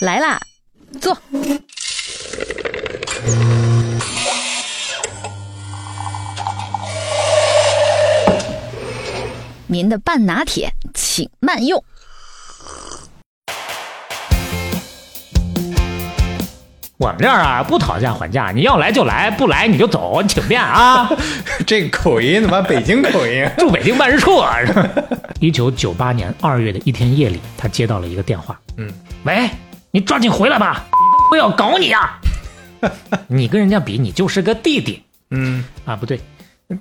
来啦，坐。您的半拿铁，请慢用。我们这儿啊不讨价还价，你要来就来，不来你就走，请便 啊。，这口音他妈北京口音驻北京办事处啊。 一九九八年二月的一天夜里，他接到了一个电话。嗯，喂，你抓紧回来吧， 我要搞你 啊！你跟人家比，你就是个弟弟嗯，啊，不对，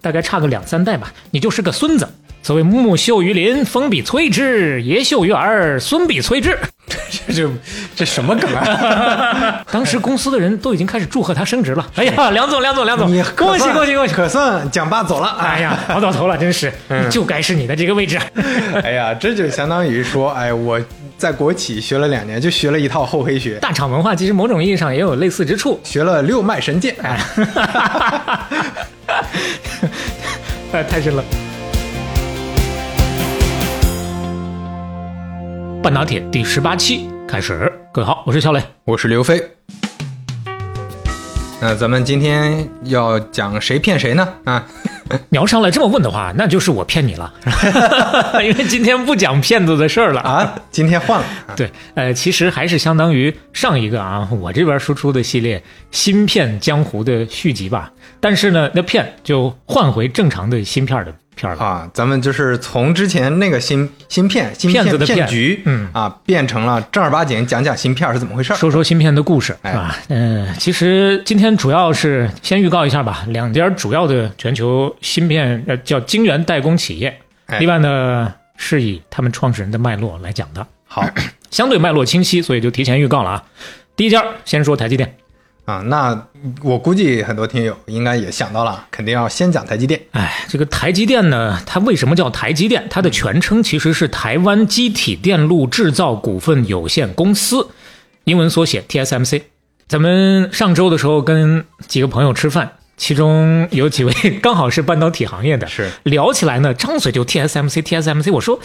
大概差个两三代吧，你就是个孙子。所谓木秀于林，风必摧之；爷秀于耳，孙必摧 之。这这这什么梗啊？ 当时公司的人都已经开始祝贺他升职了。哎 呀，梁总，梁总，梁总你，恭喜可算恭喜恭喜！可算蒋爸走了， 哎呀，熬到头了，真是，就该是你的这个位置。 哎呀，这就相当于说，哎，我在国企学了两年，就学了一套厚黑学，大厂文化其实某种意义上也有类似之处。 学了六脉神剑。哎，哎，太深了。半拿铁第十八期开始，各位好，我是小磊。我是刘飞。那咱们今天要讲谁骗谁呢？啊，你要上来这么问的话，那就是我骗你了， 因为今天不讲骗子的事儿了。啊，今天换了，啊对，呃，其实还是相当于上一个啊，我这边输出的系列《芯片江湖》的续集吧。但是呢，那片就换回正常的芯片的片儿了。啊，咱们就是从之前那个芯芯片、芯片骗子的骗骗局，嗯啊，变成了正儿八经讲讲芯片是怎么回事儿。说说芯片的故事，哎是吧？嗯、其实今天主要是先预告一下吧，两家主要的全球芯片呃叫晶圆代工企业，哎另外呢是以他们创始人的脉络来讲的，好相对脉络清晰，所以就提前预告了啊。第一家先说台积电，啊，那我估计很多听友应该也想到了，肯定要先讲台积电。哎，这个台积电呢，它为什么叫台积电？它的全称其实是台湾机体电路制造股份有限公司，英文缩写 TSMC。咱们上周的时候跟几个朋友吃饭，其中有几位 刚好是半导体行业的，是聊起来呢，张嘴就 TSMC TSMC。我说，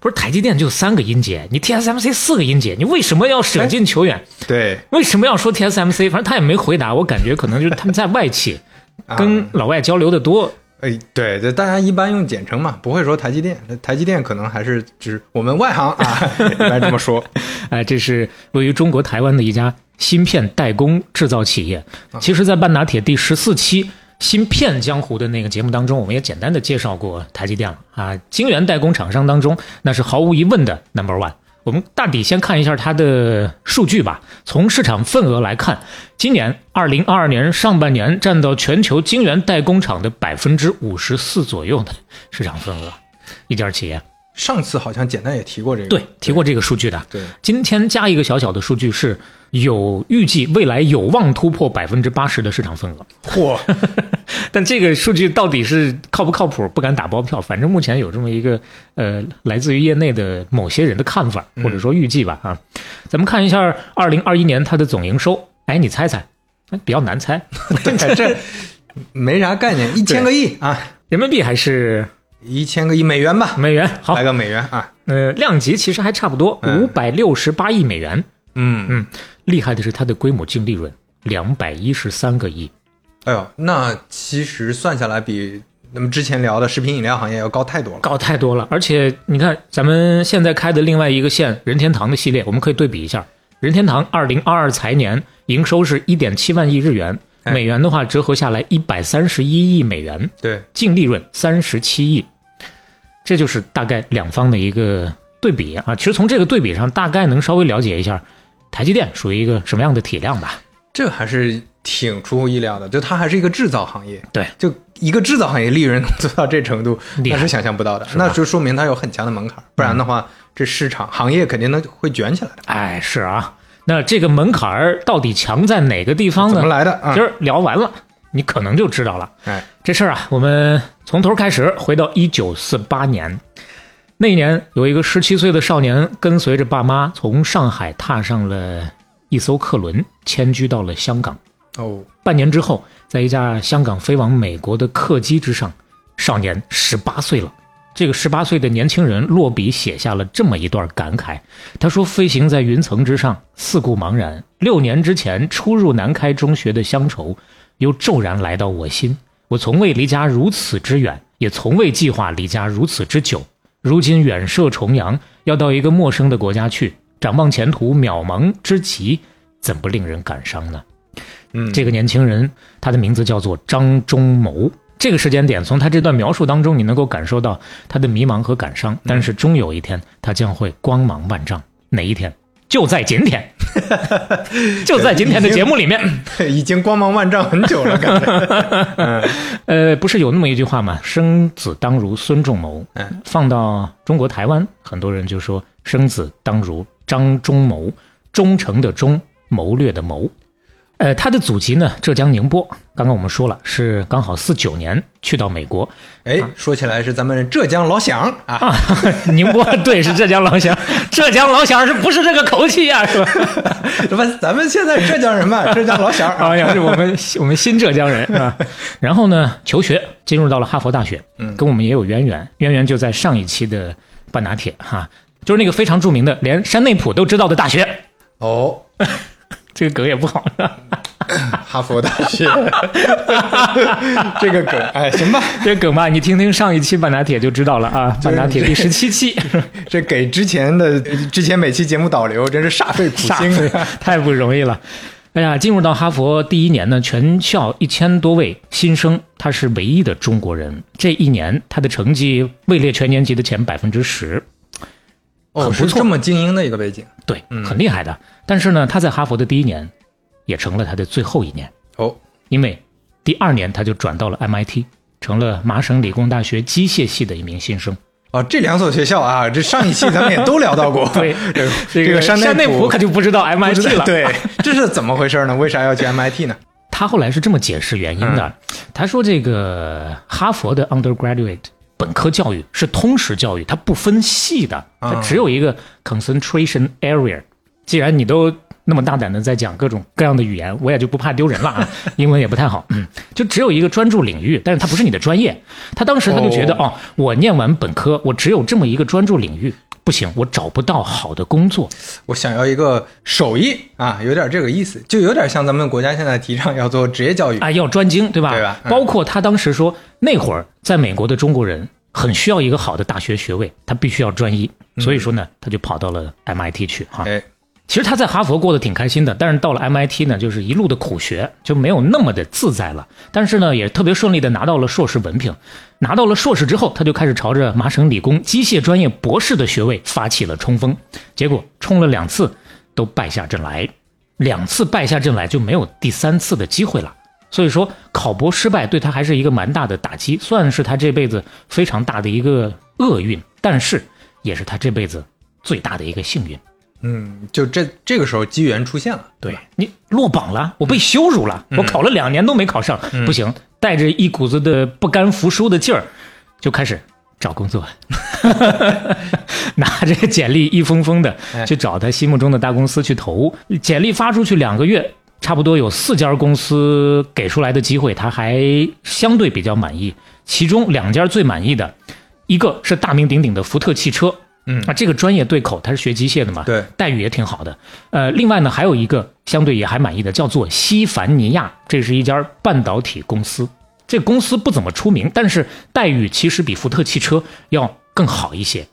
不是台积电就三个音节，你 TSMC 四个音节，你为什么要舍近求远？对，为什么要说 TSMC？反正他也没回答，我感觉可能就是他们在外企 啊跟老外交流的多。哎，对，这大家一般用简称嘛，不会说台积电。台积电可能还是指我们外行啊， 一般这么说。哎，这是位于中国台湾的一家芯片代工制造企业。其实，在半拿铁第十四期《芯片江湖》的那个节目当中，我们也简单的介绍过台积电了啊。晶圆代工厂商当中，那是毫无疑问的 number one。我们大体先看一下它的数据吧。从市场份额来看，今年二零二二年上半年占到全球晶圆代工厂的百分之五十四左右的市场份额，一家企业。上次好像简单也提过这个，对，提过这个数据的。对，今天加一个小小的数据是，有预计未来有望突破百分之八十的市场份额，嚯，但这个数据到底是靠不靠谱，不敢打包票。反正目前有这么一个呃，来自于业内的某些人的看法或者说预计吧啊。咱们看一下二零二一年它的总营收，哎，你猜猜，哎，比较难猜，对，这没啥概念，一千个亿啊，人民币还是一千个亿美元吧，美元？好来，个美元啊，呃，量级其实还差不多，嗯五百六十八亿美元。嗯，嗯，厉害的是它的规模净利润两百一十三个亿。哎呦，那其实算下来比那么之前聊的食品饮料行业要高太多了。高太多了。而且你看，咱们现在开的另外一个线任天堂的系列，我们可以对比一下。任天堂二零二二财年营收是一点七万亿日元，哎美元的话折合下来一百三十一亿美元，对，净利润三十七亿，这就是大概两方的一个对比啊。其实从这个对比上，大概能稍微了解一下台积电属于一个什么样的体量吧。这还是挺出乎意料的，就它还是一个制造行业，对，就一个制造行业利润能做到这程度，厉害嗯那是想象不到的，那就说明它有很强的门槛，不然的话，这市场行业肯定能会卷起来的。哎，是啊。那这个门槛儿到底强在哪个地方怎呢么？来的啊今？儿聊完了，你可能就知道了。哎，这事儿啊，我们从头开始，回到一九四八年。那一年，有一个十七岁的少年跟随着爸妈从上海踏上了一艘客轮，迁居到了香港。哦， 半年之后，在一架香港飞往美国的客机之上，少年十八岁了，这个十八岁的年轻人落笔写下了这么一段感慨。他说：“飞行在云层之上，四顾茫然。六年之前，初入南开中学的乡愁，又骤然来到我心。我从未离家如此之远，也从未计划离家如此之久。如今远涉重洋，要到一个陌生的国家去，展望前途渺茫之极，怎不令人感伤呢？”嗯，这个年轻人，他的名字叫做张忠谋。这个时间点，从他这段描述当中，你能够感受到他的迷茫和感伤。但是终有一天，他将会光芒万丈。哪一天？就在今天，就在今天的节目里面。对，已经光芒万丈很久了，感 觉。呃，不是有那么一句话吗？生子当如孙仲谋嗯。放到中国台湾，很多人就说生子当如张忠谋，忠诚的忠，谋略的谋。呃，他的祖籍呢，浙江宁波。刚刚我们说了，是刚好四九年去到美国， 哎，说起来是咱们浙江老乡啊，啊，宁波对是浙江老乡，浙江老乡是不是这个口气呀、是吧？这不咱们现在浙江人嘛，浙江老乡啊。 哎呀，是我们我们新浙江人啊。然后呢，求学进入到了哈佛大学，嗯跟我们也有渊源，渊源就在上一期的半拿铁哈、就是那个非常著名的，连山内溥都知道的大学。哦，这个梗也不好 了，哈佛大学， 这个梗，哎，行吧，这个梗吧，你听听上一期半拿铁就知道了啊。就半是拿铁第十七期， 这给之前的之前每期节目导流真是煞费苦煞心。 费 太不容易了。哎呀，进入到哈佛第一年呢，全校一千多位新生，他是唯一的中国人。这一年，他的成绩位列全年级的前百分之十，哦，是这么精英的一个背景。对，很厉害的。但是呢，他在哈佛的第一年，也成了他的最后一年，哦，因为第二年他就转到了 MIT，成了麻省理工大学机械系的一名新生。哦，这两所学校啊，这上一期咱们也都聊到 过。对这个，这个山内内溥可就不知道 MIT 了，对， 这是怎么回事呢？为啥要去 MIT 呢？他后来是这么解释原因的，他说这个哈佛的 undergraduate 本科教育是通识教育，它不分系的，它只有一个 concentration area。既然你都那么大胆的在讲各种各样的语言，我也就不怕丢人了啊，英文也不太好，嗯，就只有一个专注领域，但是它不是你的专业。他当时他就觉得，哦哦，我念完本科，我只有这么一个专注领域，不行，我找不到好的工作。我想要一个手艺啊，有点这个意思，就有点像咱们国家现在提倡要做职业教育。啊，要专精，对吧？对吧嗯包括他当时说，那会儿在美国的中国人很需要一个好的大学学位，他必须要专一，所以说呢，他就跑到了 MIT 去哈。哎，其实他在哈佛过得挺开心的，但是到了 MIT 呢，就是一路的苦学，就没有那么的自在了。但是呢，也特别顺利的拿到了硕士文凭。拿到了硕士之后，他就开始朝着麻省理工机械专业博士的学位发起了冲锋。结果冲了两次，都败下阵来，两次败下阵来就没有第三次的机会了。所以说，考博失败对他还是一个蛮大的打击，算是他这辈子非常大的一个厄运，但是也是他这辈子最大的一个幸运。嗯，就这这个时候机缘出现了。对你落榜了，我被羞辱了，我考了两年都没考上，不行，带着一股子的不甘服输的劲儿，就开始找工作， 拿着简历一封封的哎去找他心目中的大公司去投，简历发出去两个月。差不多有四家公司给出来的机会，他还相对比较满意。其中两家最满意的，一个是大名鼎鼎的福特汽车，嗯啊，这个专业对口，他是学机械的嘛，对待遇也挺好的。呃，另外呢，还有一个相对也还满意的，叫做西凡尼亚，这是一家半导体公司。这公司不怎么出名，但是待遇其实比福特汽车要更好一些，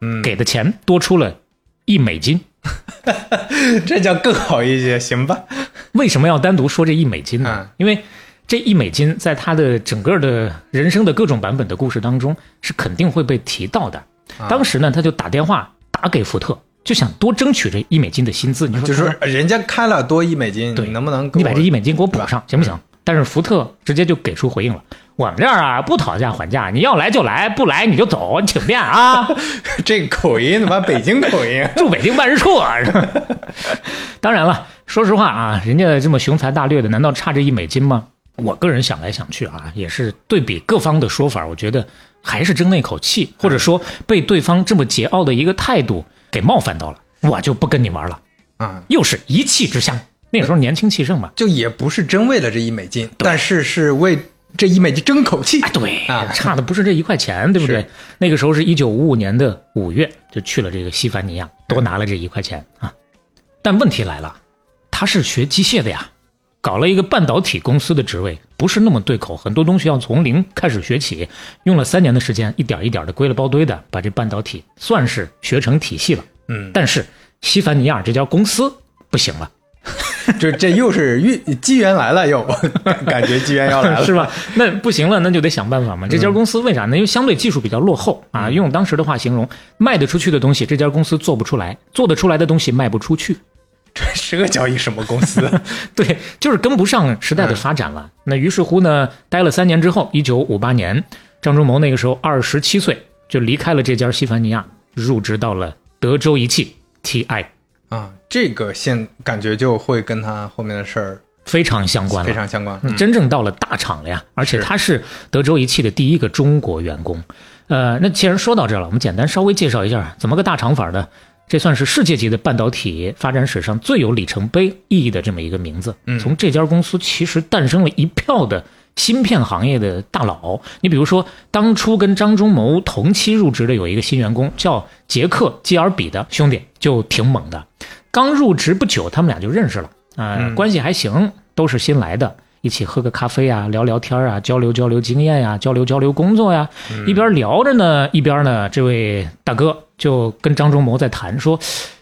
嗯，给的钱多出了一美金。 这叫更好一些，行 吧？为什么要单独说这一美金呢嗯？因为这一美金在他的整个的人生的各种版本的故事当中是肯定会被提到的。啊当时呢，他就打电话打给福特，就想多争取这一美金的薪资。你说啊就他是人家开了多一美金，对你能不能给你我把这一美金给我补上，行不行？但是福特直接就给出回应了：我们这儿啊不讨价还价，你要来就来，不来你就走，请便啊， 这个口音，他妈北京口音住北京办事处啊。是吧当然了，说实话啊，人家这么雄才大略的，难道差这一美金吗？我个人想来想去啊，也是对比各方的说法，我觉得还是争那口气，或者说被对方这么桀骜的一个态度给冒犯到了，我就不跟你玩了，啊，又是一气之下。那个时候年轻气盛嘛，就也不是真为了这一美金，但是是为这一美就争口气哎，对啊差的不是这一块钱，对不对是？那个时候是一九五五年的五月，就去了这个西凡尼亚，多拿了这一块钱啊。但问题来了，他是学机械的呀，搞了一个半导体公司的职位，不是那么对口，很多东西要从零开始学起，用了三年的时间，一点一点的归了包堆的把这半导体算是学成体系了。嗯，但是西凡尼亚这家公司不行了。这这又是遇机缘来了，又 感觉机缘要来 了，嗯是吧？那不行了，那就得想办法嘛。这家公司为啥呢？因为相对技术比较落后啊，用当时的话形容，卖得出去的东西这家公司做不出来，做得出来的东西卖不出去。 这这个交易什么公司？对，就是跟不上时嗯代的发展了。那于是乎呢，待了三年之后，一九五八年，张忠谋那个时候二十七岁，就离开了这家西凡尼亚，入职到了德州仪器 TI， 啊，这个现感觉就会跟他后面的事儿非常相关了非。常相关。真正到了大厂了呀，而且嗯是他是德州仪器的第一个中国员工。呃，那既然说到这儿了，我们简单稍微介绍一下怎么个大厂法呢？这算是世界级的半导体发展史上最有里程碑意义的这么一个名字。嗯从这家公司其实诞生了一票的芯片行业的大佬。你比如说，当初跟张忠谋同期入职的有一个新员工叫杰克基尔比的兄弟，就挺猛的。刚入职不久，他们俩就认识了，啊、嗯关系还行，都是新来的，一起喝个咖啡啊，聊聊天啊，交流交流经验呀、交流交流工作呀、一边聊着呢，一边呢，这位大哥就跟张忠谋在谈说：“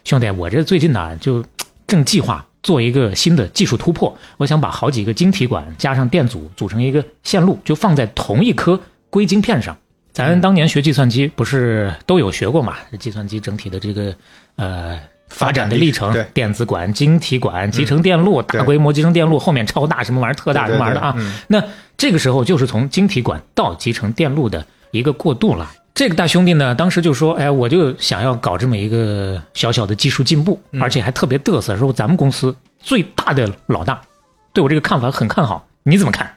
兄弟，我这最近呢、就正计划做一个新的技术突破，我想把好几个晶体管加上电阻组成一个线路，就放在同一颗硅晶片上。”咱当年学计算机不是都有学过嘛？计算机整体的这个呃发展的历嗯程，对电子管、晶体管、集成电路、大对规模集成电路，后面超大什么玩意儿、特大什么玩意儿的啊。对对对嗯那这个时候就是从晶体管到集成电路的一个过渡了。这个大兄弟呢，当时就说：“哎，我就想要搞这么一个小小的技术进步，嗯而且还特别嘚瑟，说咱们公司最大的老大对我这个看法很看好，你怎么看？”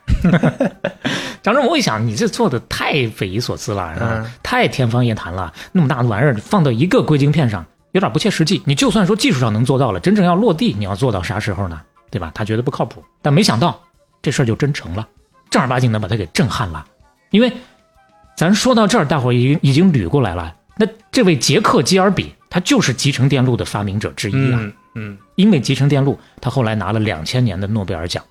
张忠谋一想，你这做的太匪夷所思了，是吧嗯太天方夜谭了。那么大的玩意儿放到一个硅晶片上，有点不切实际。你就算说技术上能做到了，真正要落地，你要做到啥时候呢？对吧？他觉得不靠谱，但没想到这事儿就真成了，正儿八经的把他给震撼了。因为咱说到这儿，大伙儿已经已经捋过来了。那这位杰克基尔比，他就是集成电路的发明者之一啊。嗯嗯，因为集成电路，他后来拿了两千年的诺贝尔奖。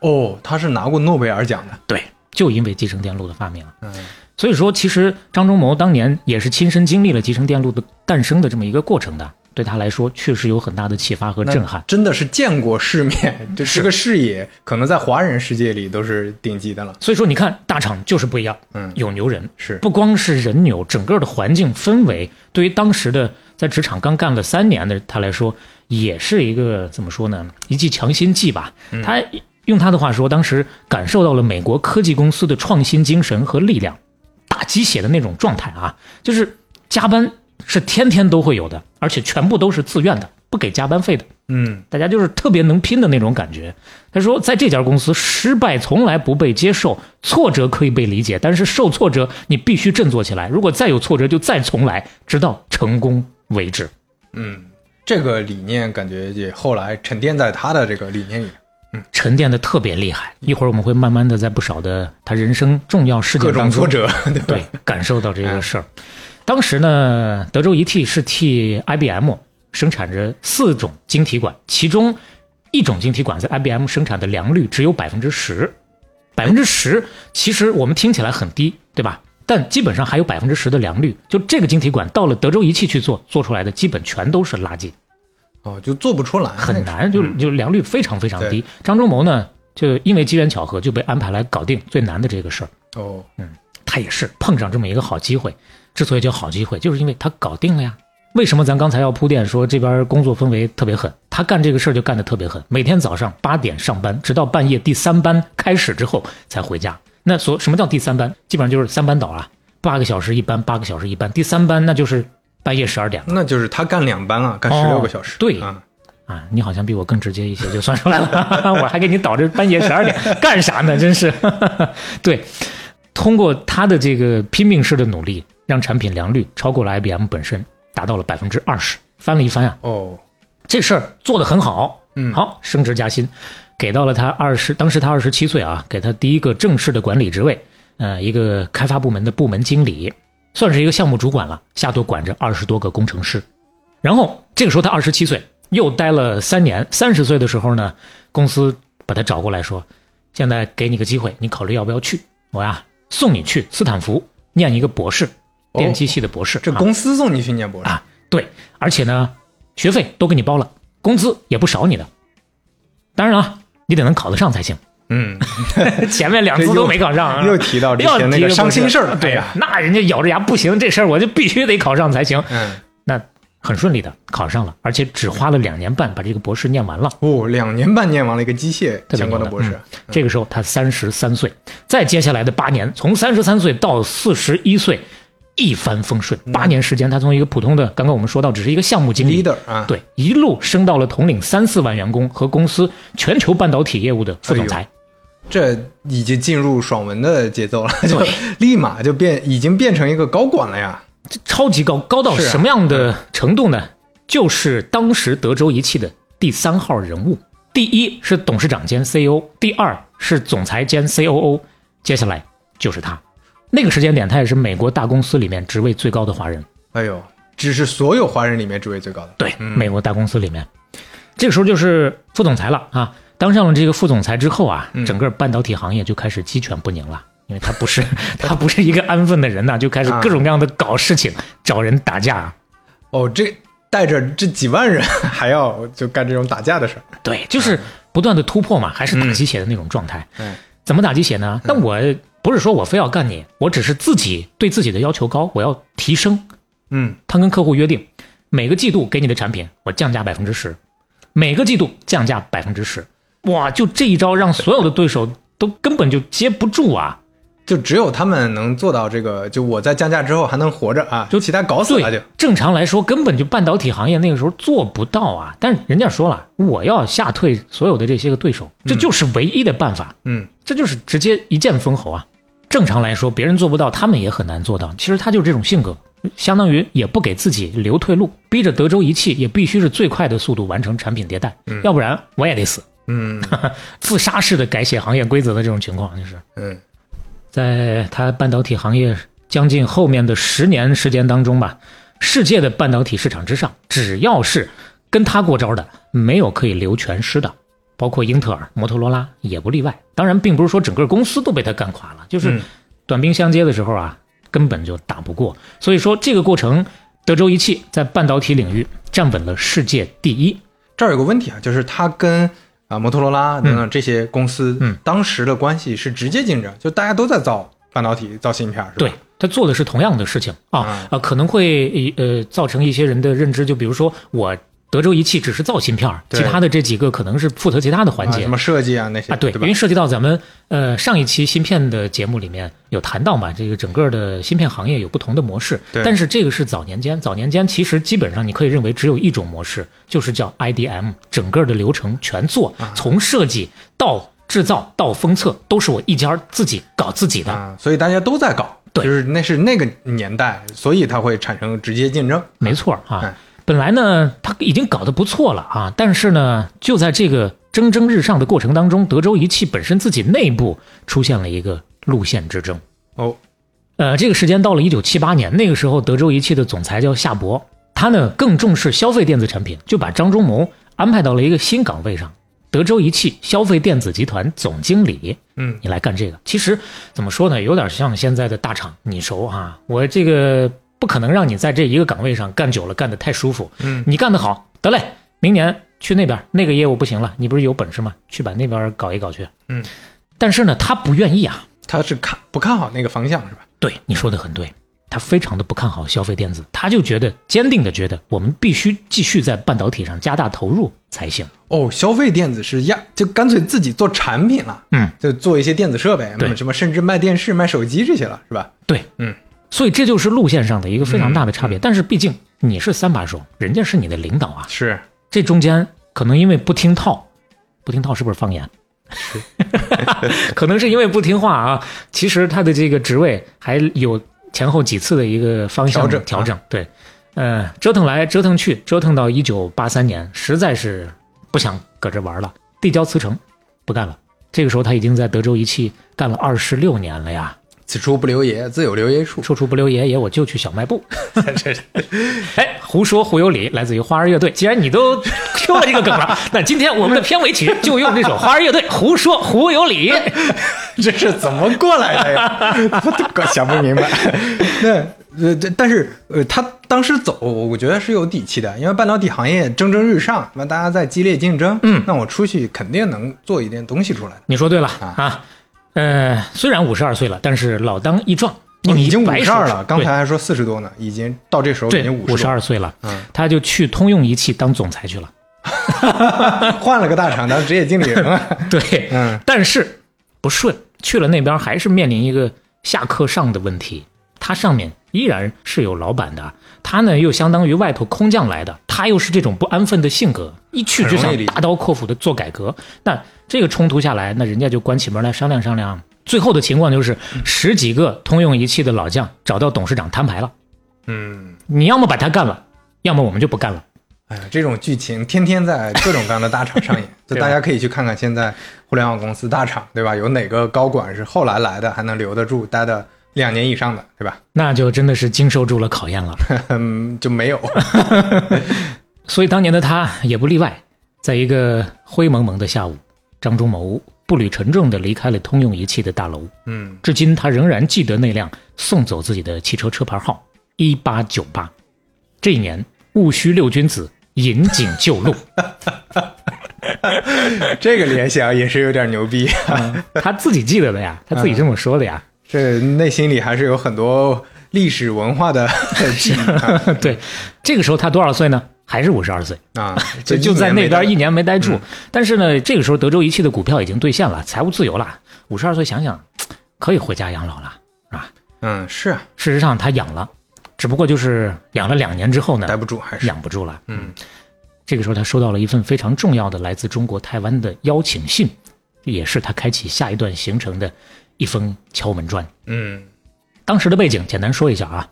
哦，他是拿过诺贝尔奖的。对，就因为集成电路的发明。啊嗯所以说，其实张忠谋当年也是亲身经历了集成电路的诞生的这么一个过程的，对他来说确实有很大的启发和那震撼。真的是见过世 面，这这个视野可能在华人世界里都是顶级的了。所以说，你看大厂就是不一样，嗯，有牛人，是不光是人牛，整个的环境氛围，对于当时的在职场刚干了三年的他来说，也是一个怎么说呢？一剂强心剂吧。嗯他用他的话说，当时感受到了美国科技公司的创新精神和力量，大鸡血的那种状态啊，就是加班是天天都会有的，而且全部都是自愿的，不给加班费的。嗯大家就是特别能拼的那种感觉。他说，在这家公司，失败从来不被接受，挫折可以被理解，但是受挫折你必须振作起来。如果再有挫折，就再重来，直到成功为止。嗯，这个理念感觉也后来沉淀在他的这个理念里，沉淀的特别厉害，一会儿我们会慢慢的在不少的他人生重要事各件种当中挫，折，对吧？对，感受到这个事儿。当时呢，德州仪器是替 IBM 生产着四种晶体管，其中一种晶体管在 IBM 生产的良率只有百分之十，百分之十其实我们听起来很低，对吧？但基本上还有百分之十的良率，就这个晶体管到了德州仪器去做，做出来的基本全都是垃圾，哦，就做不出来，很难，就就良率非常非常低对。张忠谋呢，就因为机缘巧合就被安排来搞定最难的这个事儿。哦，他也是碰上这么一个好机会。之所以叫好机会，就是因为他搞定了呀。为什么咱刚才要铺垫说这边工作氛围特别狠？他干这个事儿就干得特别狠，每天早上八点上班，直到半夜第三班开始之后才回家。那所什么叫第三班？基本上就是三班倒啊，八个小时一班，八个小时一班，第三班那就是半夜十二点了那就是他干两班了，啊干哦十六个小时，对啊，啊！你好像比我更直接一些，就算出来了，我还给你倒这半夜十二点干啥呢？真是， 对，通过他的这个拼命式的努力，让产品良率超过了 IBM 本身，达到了百分之二十，翻了一番啊！哦，这事儿做得很好，嗯好升职加薪。给到了他二十，当时他二十七岁啊，给他第一个正式的管理职位，呃，一个开发部门的部门经理，算是一个项目主管了，下头管着二十多个工程师。然后这个时候他二十七岁，又待了三年，三十岁的时候呢，公司把他找过来说，现在给你个机会，你考虑要不要去？我呀，送你去斯坦福念一个博士，哦电机系的博士。这啊公司送你去念博士，啊，对，而且呢，学费都给你包了，工资也不少你的。当然啊，你得能考得上 才行。嗯，前面两次都没考上啊，又提到之前又那提个了伤心事儿了，对啊哎呀、呀，那人家咬着牙不行，这事儿我就必须得考上才行。嗯，那很顺利的考上了，而且只花了两年半把这个博士念完了。哦，两年半念完了一个机械特别相关牛的博士，嗯这个时候他三十三岁，再接下来的八年，从三十三岁到四十一岁，一帆风顺。八年时间，他从一个普通的，刚刚我们说到只是一个项目经理 leader 啊，对，一路升到了统领三四万员工和公司全球半导体业务的副总裁。这已经进入爽文的节奏了，就对 立马就变，已经变成一个高管了呀。这超级高，高到是啊什么样的程度呢？就是当时德州仪器的第三号人物，第一是董事长兼 CEO，第二是总裁兼 COO，接下来就是他。那个时间点，他也是美国大公司里面职位最高的华人。哎呦，这是所有华人里面职位最高的。对，美国大公司里面，这个时候就是副总裁了啊。当上了这个副总裁之后啊，嗯整个半导体行业就开始鸡犬不宁了，因为他不是 他不是一个安分的人呐、就开始各种各样的搞事情，找人打架。啊哦，这带着这几万人 还要就干这种打架的事儿，对，就是不断的突破嘛，还是打鸡血的那种状态。嗯，怎么打鸡血呢？但我不是说我非要干你，我只是自己对自己的要求高，我要提升。嗯，他跟客户约定，每个季度给你的产品我降价百分之十，每个季度降价百分之十。哇，就这一招让所有的对手都根本就接不住啊！就只有他们能做到这个，就我在降价之后还能活着啊，就其他搞死他就对，正常来说根本就半导体行业那个时候做不到啊。但人家说了，我要吓退所有的这些个对手，这就是唯一的办法。嗯，这就是直接一剑封喉啊！正常来说，别人做不到，他们也很难做到。其实他就是这种性格，相当于也不给自己留退路，逼着德州仪器也必须是最快的速度完成产品迭代，要不然我也得死。嗯自杀式的改写行业规则的这种情况，就是嗯，在他半导体行业将近后面的十年时间当中吧，世界的半导体市场之上，只要是跟他过招的，没有可以留全尸的，包括英特尔、摩托罗拉也不例外。当然，并不是说整个公司都被他干垮了，就是嗯短兵相接的时候啊，根本就打不过。所以说，这个过程，德州仪器在半导体领域站稳了世界第一。这儿有个问题啊，就是他跟啊摩托罗拉等等这些公司，嗯，当时的关系是直接竞争，就大家都在造半导体、造芯片，是吧？啊对，他做的是同样的事情啊嗯啊、可能会呃造成一些人的认知，就比如说我德州仪器只是造芯片儿，对其他的这几个可能是负责其他的环啊，节什么设计啊那些啊，对，对因吧为？涉及到咱们呃上一期芯片的节目里面有谈到嘛，这个整个的芯片行业有不同的模式，对但是这个是早年间，早年间其实基本上你可以认为只有一种模式，就是叫 IDM，整个的流程全做，啊从设计到制造到封测都是我一家儿自己搞自己的，啊，所以大家都在搞，对就是那是那个年代，所以它会产生直接竞争。没错儿啊哎。本来呢，他已经搞得不错了啊，但是呢，就在这个蒸蒸日上的过程当中，德州仪器本身自己内部出现了一个路线之争。哦，呃，这个时间到了一九七八年，那个时候德州仪器的总裁叫夏博，他呢更重视消费电子产品，就把张忠谋安排到了一个新岗位上，德州仪器消费电子集团总经理。嗯，你来干这个，其实怎么说呢，有点像现在的大厂，你熟啊，我这个不可能让你在这一个岗位上干久了，干得太舒服。嗯，你干得好，得嘞，明年去那边那个业务不行了，你不是有本事吗？去把那边搞一搞去。嗯，但是呢，他不愿意啊。他是看不看好那个方向是吧？对，你说的很对，他非常的不看好消费电子，他就觉得坚定的觉得我们必须继续在半导体上加大投入才行。哦，消费电子是呀，就干脆自己做产品了，嗯，就做一些电子设备，对什么甚至卖电视、卖手机这些了，是吧？对，嗯，所以这就是路线上的一个非常大的差别。但是毕竟你是三把手，人家是你的领导啊，是，这中间可能因为不听套，不听套是不是方言？ 可能是因为不听话啊。其实他的这个职位还有前后几次的一个方向调整啊调整，对，呃，折腾来折腾去，折腾到一九八三年，实在是不想搁这玩了，递交辞呈。不干了。这个时候他已经在德州仪器干了二十六年了呀。此处不留爷，自有留 爷处。处处不留爷爷，我就去小卖 部。哎，胡说胡有理，来自于花儿乐队。既然你都 Q 了这个梗 了，那今天我们的片尾曲就用这首花儿乐队《胡说胡有理》。这是怎么过来的呀？ 我都搞想不 明白。那呃，这但是呃，他当时走，我觉得是有底气的，因为半导体行业蒸蒸日上，那大家在激烈竞争，嗯，那我出去肯定能做一点东西出来的。你说对了啊，呃，虽然五十二岁了，但是老当益壮，一米哦已经五白十二手了，刚才还说四十多呢，已经到这时候已对经五十十二岁了嗯，他就去通用仪器当总裁去了。换了个大厂当职业经理 人了。对，嗯，但是不顺，去了那边还是面临一个下课上的问题。他上面依然是有老板的，他呢又相当于外头空降来的，他又是这种不安分的性格，一去就很容易想理解大刀阔斧的做改革。那这个冲突下来，那人家就关起门来商量商量。最后的情况就是，十几个通用仪器的老将找到董事长摊牌了，嗯，你要么把他干了，要么我们就不干了。哎呀，这种剧情天天在各种各样的大厂 上演，就对吧大家可以去看看现在互联网公司大厂，对吧？有哪个高管是后来来的，还能留得住，待的两年以上的，对吧？ 那就真的是经受住了考验了。嗯，就没有。所以当年的他也不例外，在一个灰蒙蒙的下午，张忠谋步履沉重地离开了通用仪器的大楼。 嗯，至今他仍然记得那辆送走自己的汽车车牌号一八九八。这一年，戊戌六君子引颈就 戮，这个联想也是有点牛逼，他自己记得的嗯呀，他自己这么说的呀。这内心里还是有很多历史文 化的啊记忆对，这个时候他多少岁呢？还是五十二岁。 啊，就一就在那年没嗯边待一年没待住。但是呢，这个时候德州仪器的股票已经兑现了，财务自由了，五十二岁想想可以回家养老了，是吧？嗯，是啊事实上他养了，只不过就是养了两年之后呢待，不住，还是养不住了。嗯，这个时候他收到了一份非常重要的来自中国台湾的邀请信，也是他开启下一段行程的一封敲门砖。嗯，当时的背景简单说一下啊，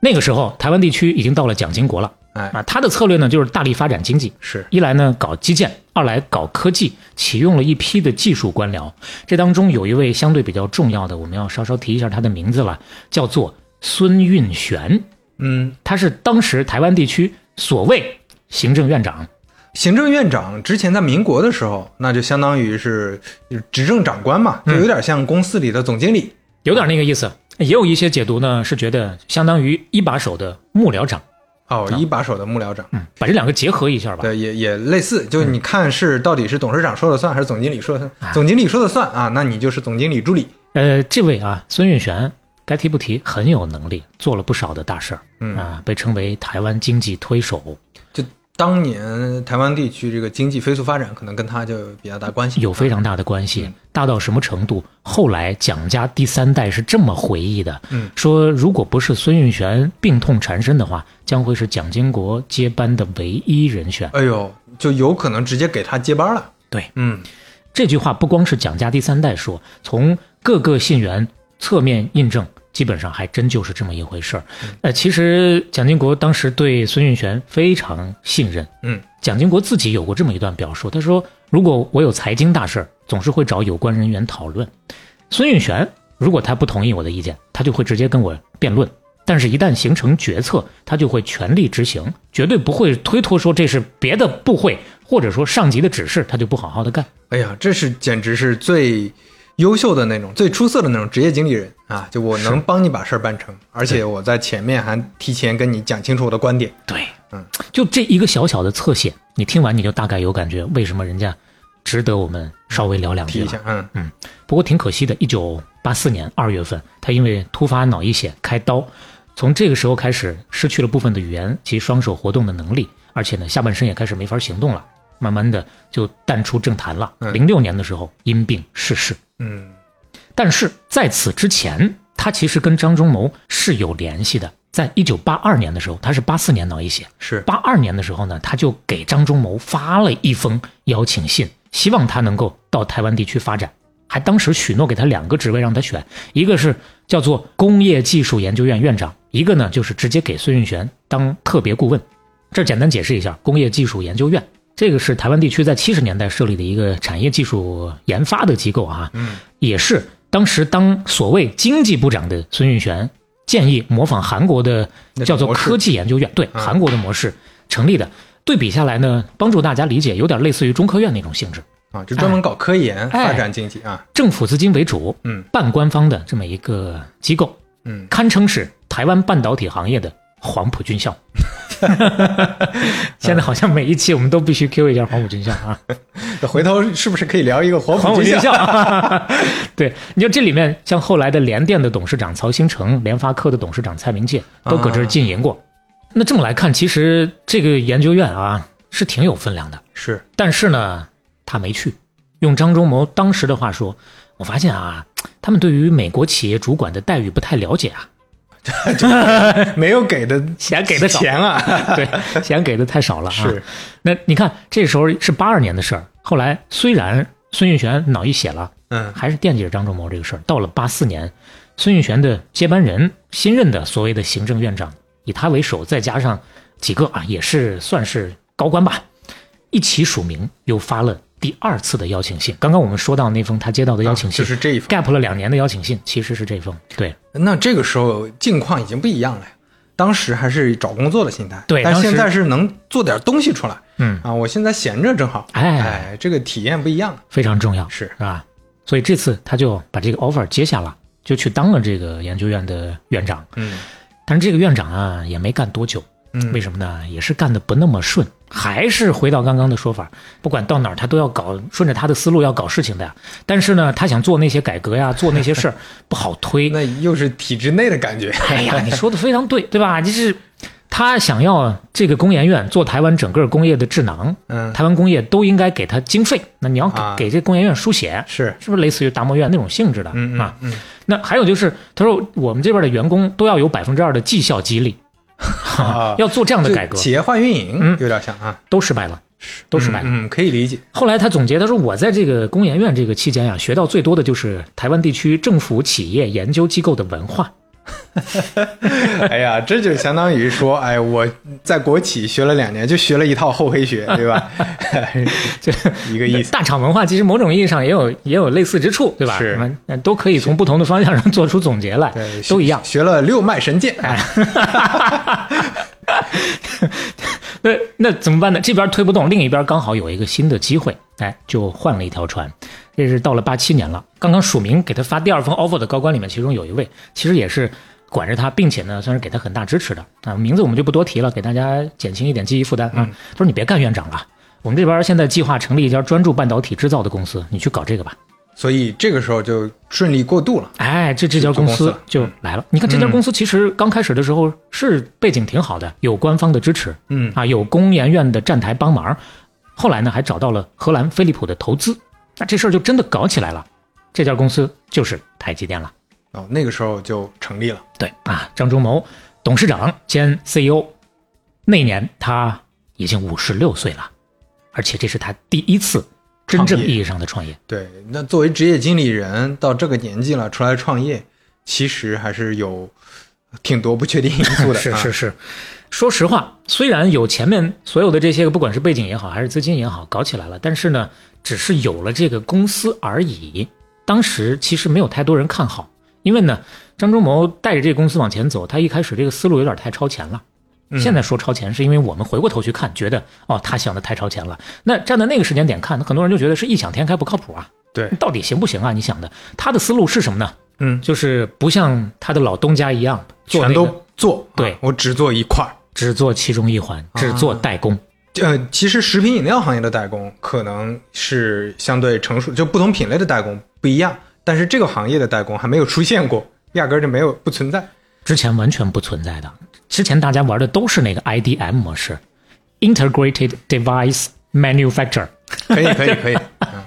那个时候台湾地区已经到了蒋经国了。哎啊，他的策略呢就是大力发展经济，是一来呢搞基建，二来搞科技，启用了一批的技术官僚。这当中有一位相对比较重要的，我们要稍稍提一下他的名字了，叫做孙运璇，嗯，他是当时台湾地区所谓行政院长。行政院长之前在民国的时候，那就相当于是执政长官嘛，就有点像公司里的总经理。有点那个意思。也有一些解读呢，是觉得相当于一把手的幕僚长，哦，一把手的幕僚长，嗯，把这两个结合一下吧。对，也也类似，就你看是到底是董事长说了算，还是总经理说了算？总经理说了算啊，那你就是总经理助理。呃，这位啊，孙运璇，该提不提，很有能力，做了不少的大事儿，嗯啊，被称为台湾经济推手，就当年呃台湾地区这个经济飞速发展，可能跟他就有比较大关系。有非常大的关系，大到什么程度？后来蒋家第三代是这么回忆的，嗯说如果不是孙运璇病痛缠身的话，将会是蒋经国接班的唯一人选。哎呦，就有可能直接给他接班了。对，嗯，这句话不光是蒋家第三代说，从各个信源侧面印证，基本上还真就是这么一回事儿。呃，其实蒋经国当时对孙运璇非常信任。嗯，蒋经国自己有过这么一段表述，他说：“如果我有财经大事儿，总是会找有关人员讨论。孙运璇如果他不同意我的意见，他就会直接跟我辩论。”但是，一旦形成决策，他就会全力执行，绝对不会推脱说这是别的部会或者说上级的指示，他就不好好的干。哎呀，这是简直是最优秀的那种、最出色的那种职业经理人啊！就我能帮你把事儿办成，而且我在前面还提前跟你讲清楚我的观点。对，嗯，就这一个小小的侧写，你听完你就大概有感觉，为什么人家值得我们稍微聊两句提一了下，嗯，不过挺可惜的，一九八四年二月份，他因为突发脑溢血开刀，从这个时候开始失去了部分的语言及双手活动的能力，而且呢，下半身也开始没法行动了，慢慢的就淡出政坛了。嗯零六年的时候因病逝世。嗯，但是在此之前，他其实跟张忠谋是有联系的。在一九八二年的时候，他是八四年脑溢血，是八二年的时候呢，他就给张忠谋发了一封邀请信，希望他能够到台湾地区发展，还当时许诺给他两个职位让他选，一个是叫做工业技术研究院院长，一个呢就是直接给孙运璇当特别顾问。这儿简单解释一下，工业技术研究院这个是台湾地区在七十年代设立的一个产业技术研发的机构啊，嗯，也是当时当所谓经济部长的孙运璇建议模仿韩国的那种叫做模式科技研究院，对嗯韩国的模式成立的。对比下来呢，帮助大家理解，有点类似于中科院那种性质，啊，就专门搞科研哎发展经济啊，政府资金为主，嗯半官方的这么一个机构，嗯，堪称是台湾半导体行业的黄埔军校。 现在好像每一期我们都必须 Q 一下黄埔军校啊，回头是不是可以聊一个哎黄黄埔埔军军校？校。 对，你就这里面像后来的联电的董事长曹兴诚、联发科的董事长蔡明介都搁这儿进营过。那这么来看，其实这个研究院啊是挺有分量的，是，但是呢，他没去。用张忠谋当时的话说，我发现啊，他们对于美国企业主管的待遇不太了解啊， 没有给的钱给的少，钱啊，对，钱给的太少 了啊。 是，那你看，这时候是八二年的事儿。后来虽然孙运璇脑溢血了，嗯还是惦记着张忠谋这个事儿。到了八四年，孙运璇的接班人，新任的所谓的行政院长，以他为首，再加上几个啊，也是算是高官吧，一起署名，又发了第二次的邀请信。刚刚我们说到那封他接到的邀请信，就是这一方。 gap 了两年的邀请信，其实是这封。对，那这个时候境况已经不一样了呀，当时还是找工作的心态，对但当时现在是能做点东西出来嗯，啊，我现在闲着正好，哎哎，这个体验不一样了，非常重要。是是吧？所以这次他就把这个 offer 接下了，就去当了这个研究院的院长。嗯但是这个院长啊，也没干多久，嗯，为什什么呢？也是干的不那么顺，还是回到刚刚的说法，不管到哪儿他都要搞，顺着他的思路要搞事情的呀。但是呢，他想做那些改革呀，做那些 事儿不好推。那又是体制内的 感觉，哎呀，你说的非常对，对吧？就是他想要这个工研院做台湾整个工业的智囊，嗯，台湾工业都应该给他经费。那你要给、啊给这工研院书写，是，是不是类似于达摩院那种性质的嗯啊嗯？嗯，那还有就是，他说我们这边的员工都要有百分之二的绩效激励，啊要做这样的就改革，企业化运营嗯有点像啊，都失败了，都失败了。嗯，嗯可以理解，后来他总结，他说我在这个工研院这个期间呀、啊学到最多的就是台湾地区政府企业研究机构的文化。哎呀，这就相当于说，哎，我在国企学了两年，就学了一套厚黑 学，对吧？这 一个意思。大厂文化其实某种意义上也有也有类似之处，对吧？是嗯，那都可以从不同的方向上做出总结来对，，学都一样。学了六脉神剑，哎，那那怎么办呢？这边推不动，另一边刚好有一个新的机会，哎，就换了一条船。这是到了八七年了，刚刚署名给他发第二封 offer 的高官里面，其中有一位其实也是管着他，并且呢算是给他很大支持的啊。名字我们就不多提了，给大家减轻一点记忆负担啊。他说你别干院长了，我们这边现在计划成立一家专注半导体制造的公司，你去搞这个吧。所以这个时候就顺利过渡了。哎，这这家公司就来了。你看这家公司其实刚开始的时候是背景挺好的，有官方的支持，嗯啊，有工研院的站台帮忙。后来呢，还找到了荷兰飞利浦的投资，那这事儿就真的搞起来了。这家公司就是台积电了。哦，那个时候就成立了。对啊，张忠谋董事长兼 CEO，那年他已经五十六岁了，而且这是他第一次真正创业意义上的创业。对，那作为职业经理人，到这个年纪了出来创业，其实还是有挺多不确定因素的。 是啊是，是，说实话，虽然有前面所有的这些个，不管是背景也好，还是资金也好，搞起来了，但是呢，只是有了这个公司而已。当时其实没有太多人看好，因为呢，张忠谋带着这个公司往前走，他一开始这个思路有点太超前了。嗯现在说超前，是因为我们回过头去看，觉得哦，他想的太超前了。那站在那个时间点看，很多人就觉得是异想天开，不靠谱啊。对，到底行不行啊？你想的，他的思路是什么呢？嗯，就是不像他的老东家一样，做那个全都做。对啊我只做一块儿。只做其中一环，只做代工。呃，其实食品饮料行业的代工可能是相对成熟，就不同品类的代工不一样，但是这个行业的代工还没有出现过，压根儿就没有不存在。之前完全不存在的。之前大家玩的都是那个 IDM 模式，Integrated Device Manufacturer，可以，可以， 可以。嗯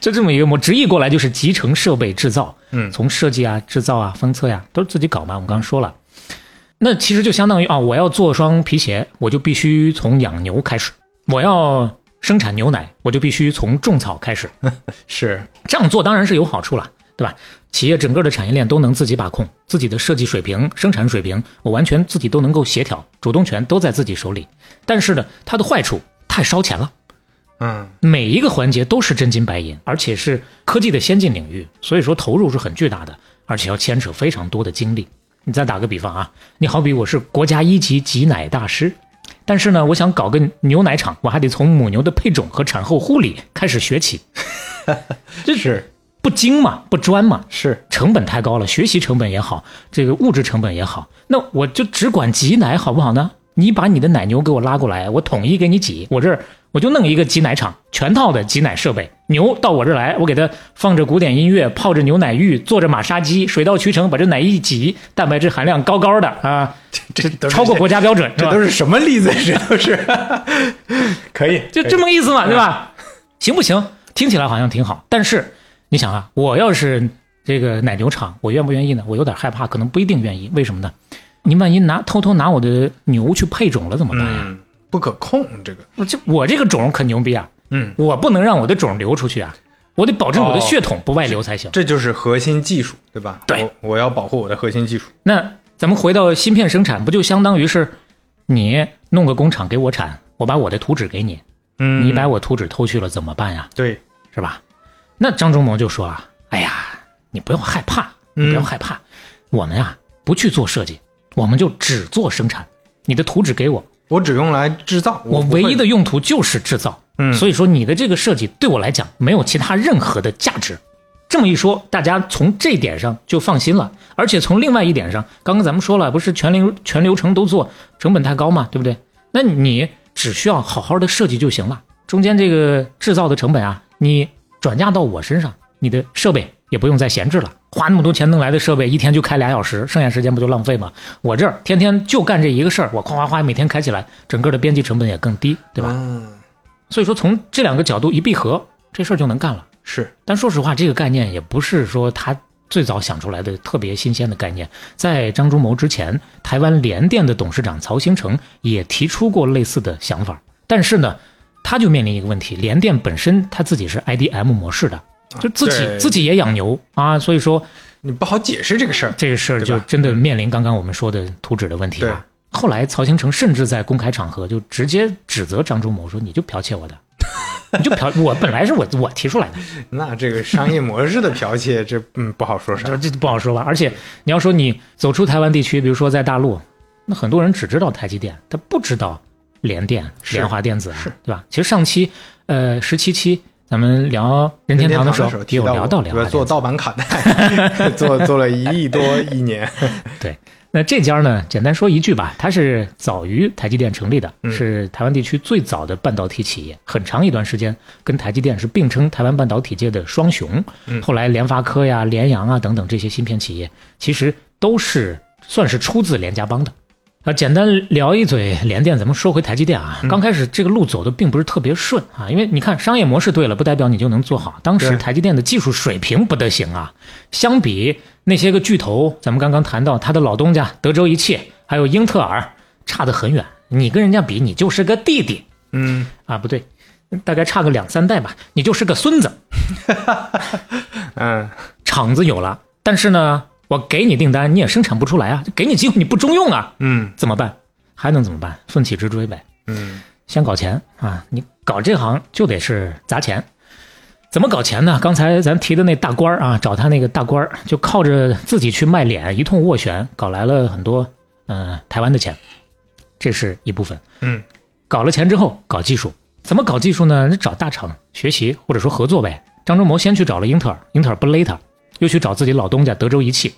就这么一个模，直译过来就是集成设备制造。嗯从设计啊、制造啊、封测呀、都是自己搞嘛。我们刚刚说了，那其实就相当于啊，我要做双皮鞋，我就必须从养牛开始；我要生产牛奶，我就必须从种草开始。是，这样做当然是有好处了，对吧？企业整个的产业链都能自己把控，自己的设计水平、生产水平，我完全自己都能够协调，主动权都在自己手里。但是呢，它的坏处太烧钱了，嗯每一个环节都是真金白银，而且是科技的先进领域，所以说投入是很巨大的，而且要牵扯非常多的精力。你再打个比方啊，你好比我是国家一级挤奶大师，但是呢，我想搞个牛奶厂，我还得从母牛的配种和产后护理开始学起，这是不精嘛，不专嘛，是，成本太高了，学习成本也好，这个物质成本也好，那我就只管挤奶好不好呢？你把你的奶牛给我拉过来，我统一给你挤，我这儿我就弄一个挤奶厂，全套的挤奶设备，牛到我这儿来，我给它放着古典音乐，泡着牛奶浴，做着马杀鸡，水到渠成，把这奶一挤，蛋白质含量高高的啊，这都是超过国家标准，是这吧都是什么例子？这都是就可以，可以哎这么个意思嘛，对吧？行不行？听起来好像挺好，但是你想啊，我要是这个奶牛场，我愿不愿意呢？我有点害怕，可能不一定愿意。为什么呢？您万一拿偷偷拿我的牛去配种了怎么办呀？嗯，不可控这个，我这我这个种可牛逼啊！嗯，哦我不能让我的种流出去啊，我得保证我的血统不外流才行。这就是核心技术，对吧？对我，我要保护我的核心技术。那咱们回到芯片生产，不就相当于是你弄个工厂给我产，我把我的图纸给你，嗯你把我图纸偷去了怎么办呀？对，是吧？那张忠谋就说啊，哎呀，你不要害怕，你嗯不要害怕，我们啊不去做设计，我们就只做生产。你的图纸给我，我只用来制造，我不唯会一的用途就是制造。嗯所以说你的这个设计对我来讲没有其他任何的价值。这么一说，大家从这点上就放心了。而且从另外一点上，刚刚咱们说了，不是全流全流程都做，成本太高嘛，对不对？那你只需要好好的设计就行了，中间这个制造的成本啊，你转嫁到我身上，你的设备也不用再闲置了。花那么多钱弄来的设备，一天就开俩小时，剩下时间不就浪费吗？我这儿天天就干这一个事儿，我夸夸夸每天开起来，整个的边际成本也更低，对吧？嗯，所以说，从这两个角度一闭合，这事儿就能干了。是但说实话，这个概念也不是说他最早想出来的特别新鲜的概念。在张忠谋之前，台湾联电的董事长曹兴诚也提出过类似的想法。但是呢，他就面临一个问题：联电本身他自己是 IDM 模式的，就自己啊对自己也养牛啊，所以说你不好解释这个 事儿。这个事儿对就吧嗯真的面临刚刚我们说的图纸的问题了。后来曹兴诚甚至在公开场合就直接指责张忠谋说：“你就剽窃我的，你就剽我本来是我我提出来的，那这个商业模式的剽窃，这嗯不好说啥这。这不好说吧？而且你要说你走出台湾地区，比如说在大陆，那很多人只知道台积电，他不知道联电、是联华电子啊，对吧？其实上期呃十七期咱们聊任天堂的时候也提有到聊到过联对华电子吧？做。盗版卡带， 做做了一亿多一年。那这家呢，简单说一句吧，它是早于台积电成立的，是台湾地区最早的半导体企业，很长一段时间跟台积电是并称台湾半导体界的双雄。后来联发科呀、联阳啊等等这些芯片企业，其实都是算是出自联家帮的。啊，简单聊一嘴联电，咱们说回台积电啊。刚开始这个路走的并不是特别顺啊，因为你看商业模式对了，不代表你就能做好。当时对台积电的技术水平不得行啊，相比那些个巨头，咱们刚刚谈到他的老东家德州仪器，还有英特尔，差得很远。你跟人家比，你就是个弟弟嗯，啊，不对，大概差个两三代吧，你就是个孙子。嗯，厂子有了，但是呢，我给你订单你也生产不出来啊，给你机会你不中用啊，嗯，怎么办？还能怎么办？奋起直追呗。嗯，先搞钱啊！你搞这行就得是砸钱，怎么搞钱呢？刚才咱提的那大官儿啊，找他那个大官儿，就靠着自己去卖脸，一通斡旋，搞来了很多嗯、呃台湾的钱，这是一部分。嗯，搞了钱之后搞技术，怎么搞技术呢？那找大厂学习或者说合作呗。张忠谋先去找了英特尔，英特尔不勒他，又去找自己老东家德州仪器，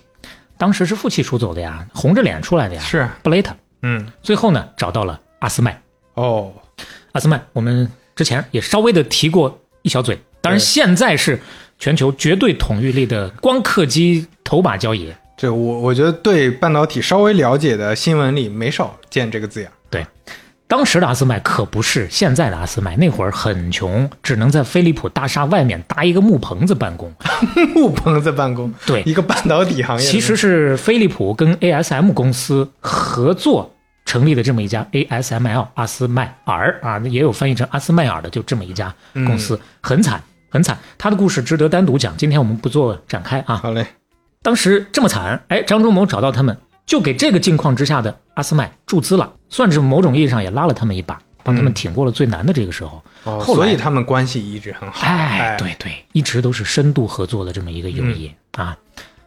当时是负气出走的呀，红着脸出来的呀，是，不勒他。嗯，最后呢，找到了阿斯麦。哦，阿斯曼，我们之前也稍微的提过一小嘴，当然对现在是全球绝对统御力的光刻机头把交椅。这我我觉得对半导体稍微了解的新闻里没少见这个字眼儿。 对，当时的阿斯麦可不是现在的阿斯麦，那会儿很穷，只能在飞利浦大厦外面搭一个木棚子办公。木棚子办公，对一个半导体行业的，其实是飞利浦跟 ASM 公司合作成立的这么一家 ASML 阿斯麦尔啊，也有翻译成阿斯麦尔的，就这么一家公嗯司，很惨很惨。他的故事值得单独讲，今天我们不做展开啊。好嘞，当时这么惨，哎，张忠谋找到他们，就给这个境况之下的阿斯麦注资了，算是某种意义上也拉了他们一把。帮他嗯们挺过了最难的这个时候。哦后所来以他们关系一直很好。哎，对对，一直都是深度合作的这么一个友嗯谊、啊。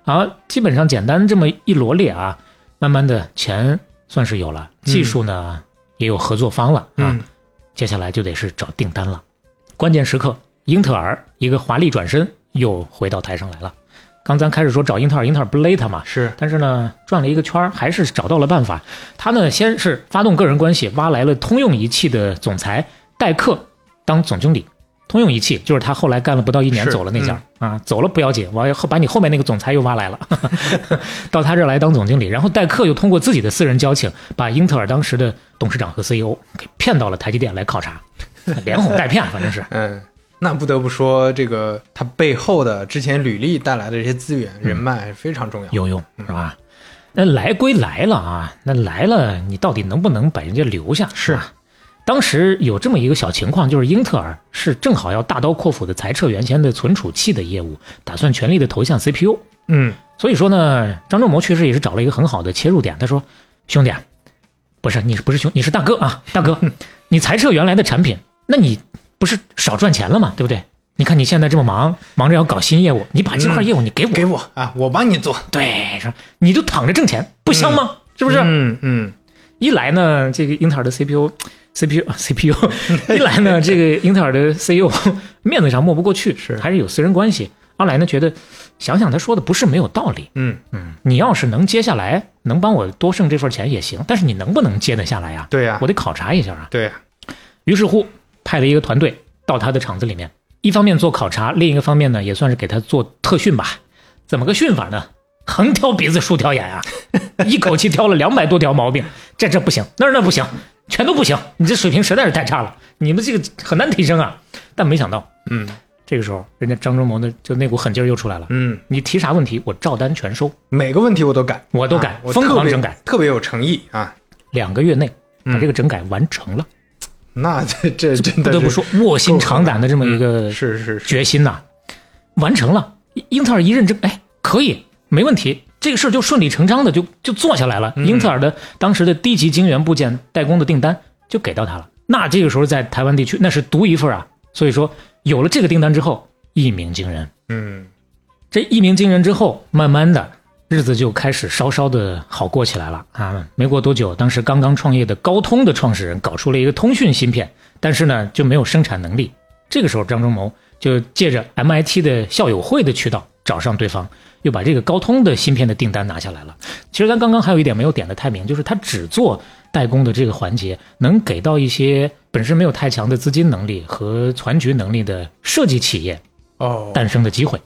好，基本上简单这么一罗列啊，慢慢的钱算是有了，技术呢、也有合作方了啊、嗯接下来就得是找订单了。关键时刻，英特尔一个华丽转身又回到台上来了。刚咱开始说找英特尔，英特尔不勒他嘛，是但是呢，转了一个圈儿，还是找到了办法。他呢，先是发动个人关系，挖来了通用仪器的总裁戴克当总经理。通用仪器就是他后来干了不到一年是嗯走了那家、啊，走了不要紧，我要把你后面那个总裁又挖来了， 到他这儿来当总经理。然后戴克又通过自己的私人交情，把英特尔当时的董事长和 CEO 给骗到了台积电来考察，连哄带骗，反正是。嗯，那不得不说，这个他背后的之前履历带来的这些资源、人脉是非常重要。有用是吧？那来归来了啊，那来了，你到底能不能把人家留下？是吧当时有这么一个小情况，就是英特尔是正好要大刀阔斧的裁撤原先的存储器的业务，打算全力的投向 CPU。嗯，所以说呢，张仲谋确实也是找了一个很好的切入点。他说：“兄弟啊，不是你是不是兄，你是大哥啊，大哥，你裁撤原来的产品，那你不是少赚钱了吗？对不对？你看你现在这么忙，忙着要搞新业务，你把这块业务你给我，给我啊，我帮你做，对，说你就躺着挣钱，不香吗？是不是？嗯嗯，一来呢，这个英特尔的 CPU。CPU CPU，一 来呢，这个英特尔的 CEO 面子上抹不过去，是还是有私人关系；二来呢，觉得想想他说的不是没有道理，嗯，嗯，你要是能接下来，能帮我多剩这份钱也行，但是你能不能接得下来呀、对呀、我得考察一下啊。对呀、于是乎，派了一个团队到他的厂子里面，一方面做考察，另一个方面呢，也算是给他做特训吧。怎么个训法呢？横挑鼻子竖挑眼啊，一口气挑了两百多条毛病，这这不行，那儿那不行，全都不行，你这水平实在是太差了，你们这个很难提升啊。但没想到嗯这个时候，人家张忠谋的就那股狠劲儿又出来了，嗯，你提啥问题，我照单全收。每个问题我都改，我都改啊我疯狂特别整改，特别有诚意啊。两个月内把嗯这个整改完成了，那这这真不的得不是说卧薪尝胆的这么嗯一个是是是，决心呐、完成了。英英特尔一认证，哎，可以，没问题，这个事儿就顺理成章的就就做下来了。嗯英特尔的当时的低级晶圆部件代工的订单就给到他了。那这个时候在台湾地区那是独一份啊，所以说有了这个订单之后，一鸣惊人。嗯这一鸣惊人之后，慢慢的日子就开始稍稍的好过起来了啊。没过多久，当时刚刚创业的高通的创始人搞出了一个通讯芯片，但是呢就没有生产能力。这个时候，张忠谋就借着 MIT 的校友会的渠道找上对方，又把这个高通的芯片的订单拿下来了。其实咱刚刚还有一点没有点的太明，就是他只做代工的这个环节，能给到一些本身没有太强的资金能力和攒局能力的设计企业哦，诞生的机会。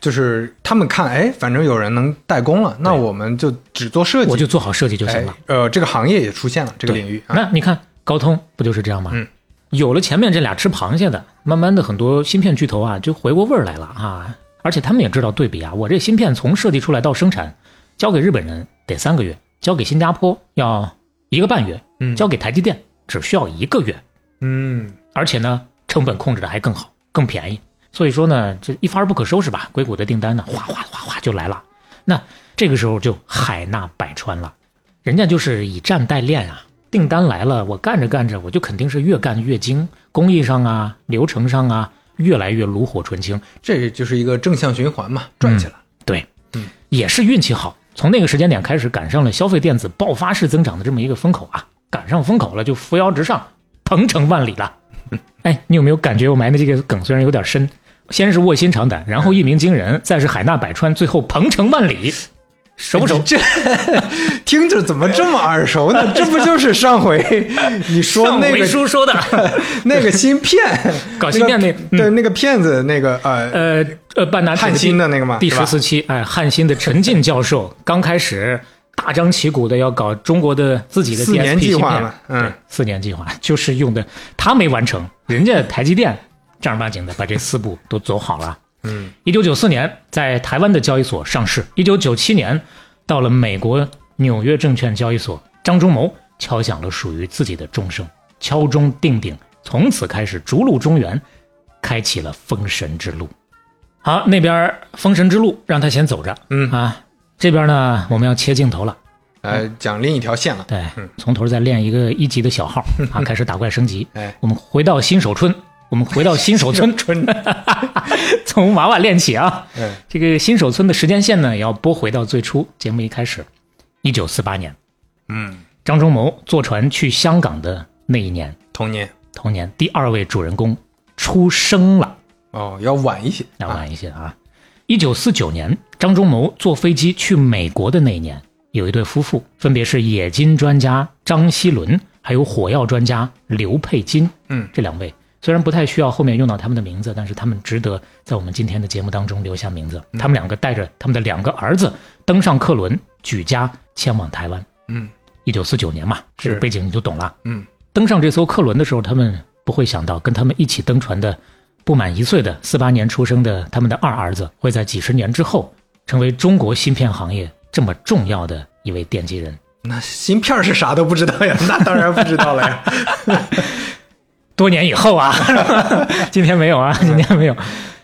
就是他们看，哎，反正有人能代工了，那我们就只做设计，我就做好设计就行哎了。，呃，这个行业也出现了这个对领域啊，那你看高通不就是这样吗？嗯，有了前面这俩吃螃蟹的，慢慢的很多芯片巨头啊就回过味儿来了啊，而且他们也知道对比啊，我这芯片从设计出来到生产，交给日本人得三个月，交给新加坡要一个半月，嗯交给台积电只需要一个月，嗯，而且呢成本控制的还更好，更便宜。所以说呢，这一发而不可收拾吧，硅谷的订单呢，哗哗哗哗就来了。那这个时候就海纳百川了，人家就是以战代练啊。订单来了，我干着干着，我就肯定是越干越精，工艺上啊，流程上啊，越来越炉火纯青。这就是一个正向循环嘛，转起来。对，也是运气好，从那个时间点开始赶上了消费电子爆发式增长的这么一个风口啊，赶上风口了就扶摇直上，鹏程万里了。哎，你有没有感觉我埋的这个梗虽然有点深，先是卧薪尝胆，然后一鸣惊人，再是海纳百川，最后鹏程万里，熟不熟？这 听着怎么这么耳 熟呢？这不就是上回你说上那回个书说的， 那个芯片， 搞芯片那嗯个对那个骗子那个呃，呃呃，半拿铁汉芯的那个嘛第是十吧四期，哎，汉芯的陈进教授刚开始大张旗鼓的要搞中国的自己的四年 DSP 计芯划片嘛嗯对四年计划就是用的他没完成，人家台积电正儿八经的把这四步都走好了。嗯，一九九四年在台湾的交易所上市，一九九七年到了美国纽约证券交易所，张忠谋敲响了属于自己的钟声，敲钟定鼎，从此开始逐鹿中原，开启了封神之路。好，那边封神之路让他先走着，嗯啊，这边呢我们要切镜头了。呃，讲另一条线了。对，从头再练一个一级的小号啊， 开始打怪升级。哎我们回到新手村，我们回到 新手村，春，从娃娃练起啊。嗯这个新手村的时间线呢，也要拨回到最初节目一开始，一九四八年，嗯，张忠谋坐船去香港的那一年，童年同年第二位主人公出生了。哦，要晚一些，要晚一些啊。一九四九年，张忠谋坐飞机去美国的那一年，有一对夫妇，分别是冶金专家张希伦，还有火药专家刘佩金。嗯，这两位虽然不太需要后面用到他们的名字，但是他们值得在我们今天的节目当中留下名嗯字。他们两个带着他们的两个儿子登上客轮，举家前往台湾。嗯一九四九年嘛，这个是背景你就懂了。嗯，登上这艘客轮的时候，他们不会想到跟他们一起登船的不满一岁的四八年出生的他们的二儿子，会在几十年之后成为中国芯片行业这么重要的一位奠基人。那啊芯片儿是啥都不知道呀， 那当然不知道了 呀。多年以后啊， 今天没有啊，今天没有。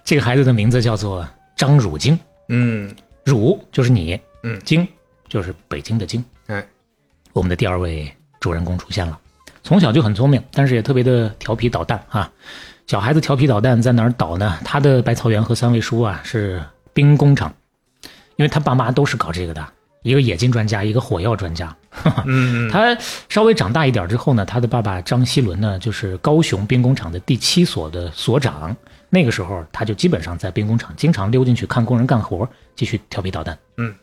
这个孩子的名字叫做张汝京，嗯，汝就是你，嗯京就是北京的京。哎，我们的第二位主人公出现了。从小就很聪明，但是也特别的调皮捣蛋啊。小孩子调皮捣蛋在哪儿捣呢？他的百草园和三味书啊是兵工厂，因为他爸妈都是搞这个的，一个冶金专家，一个火药专家。 嗯，他稍微长大一点之后呢，他的爸爸张希伦呢，就是高雄兵工厂的第七所的所长。那个时候，他就基本上在兵工厂经常溜进去看工人干活，继续调皮捣蛋。嗯，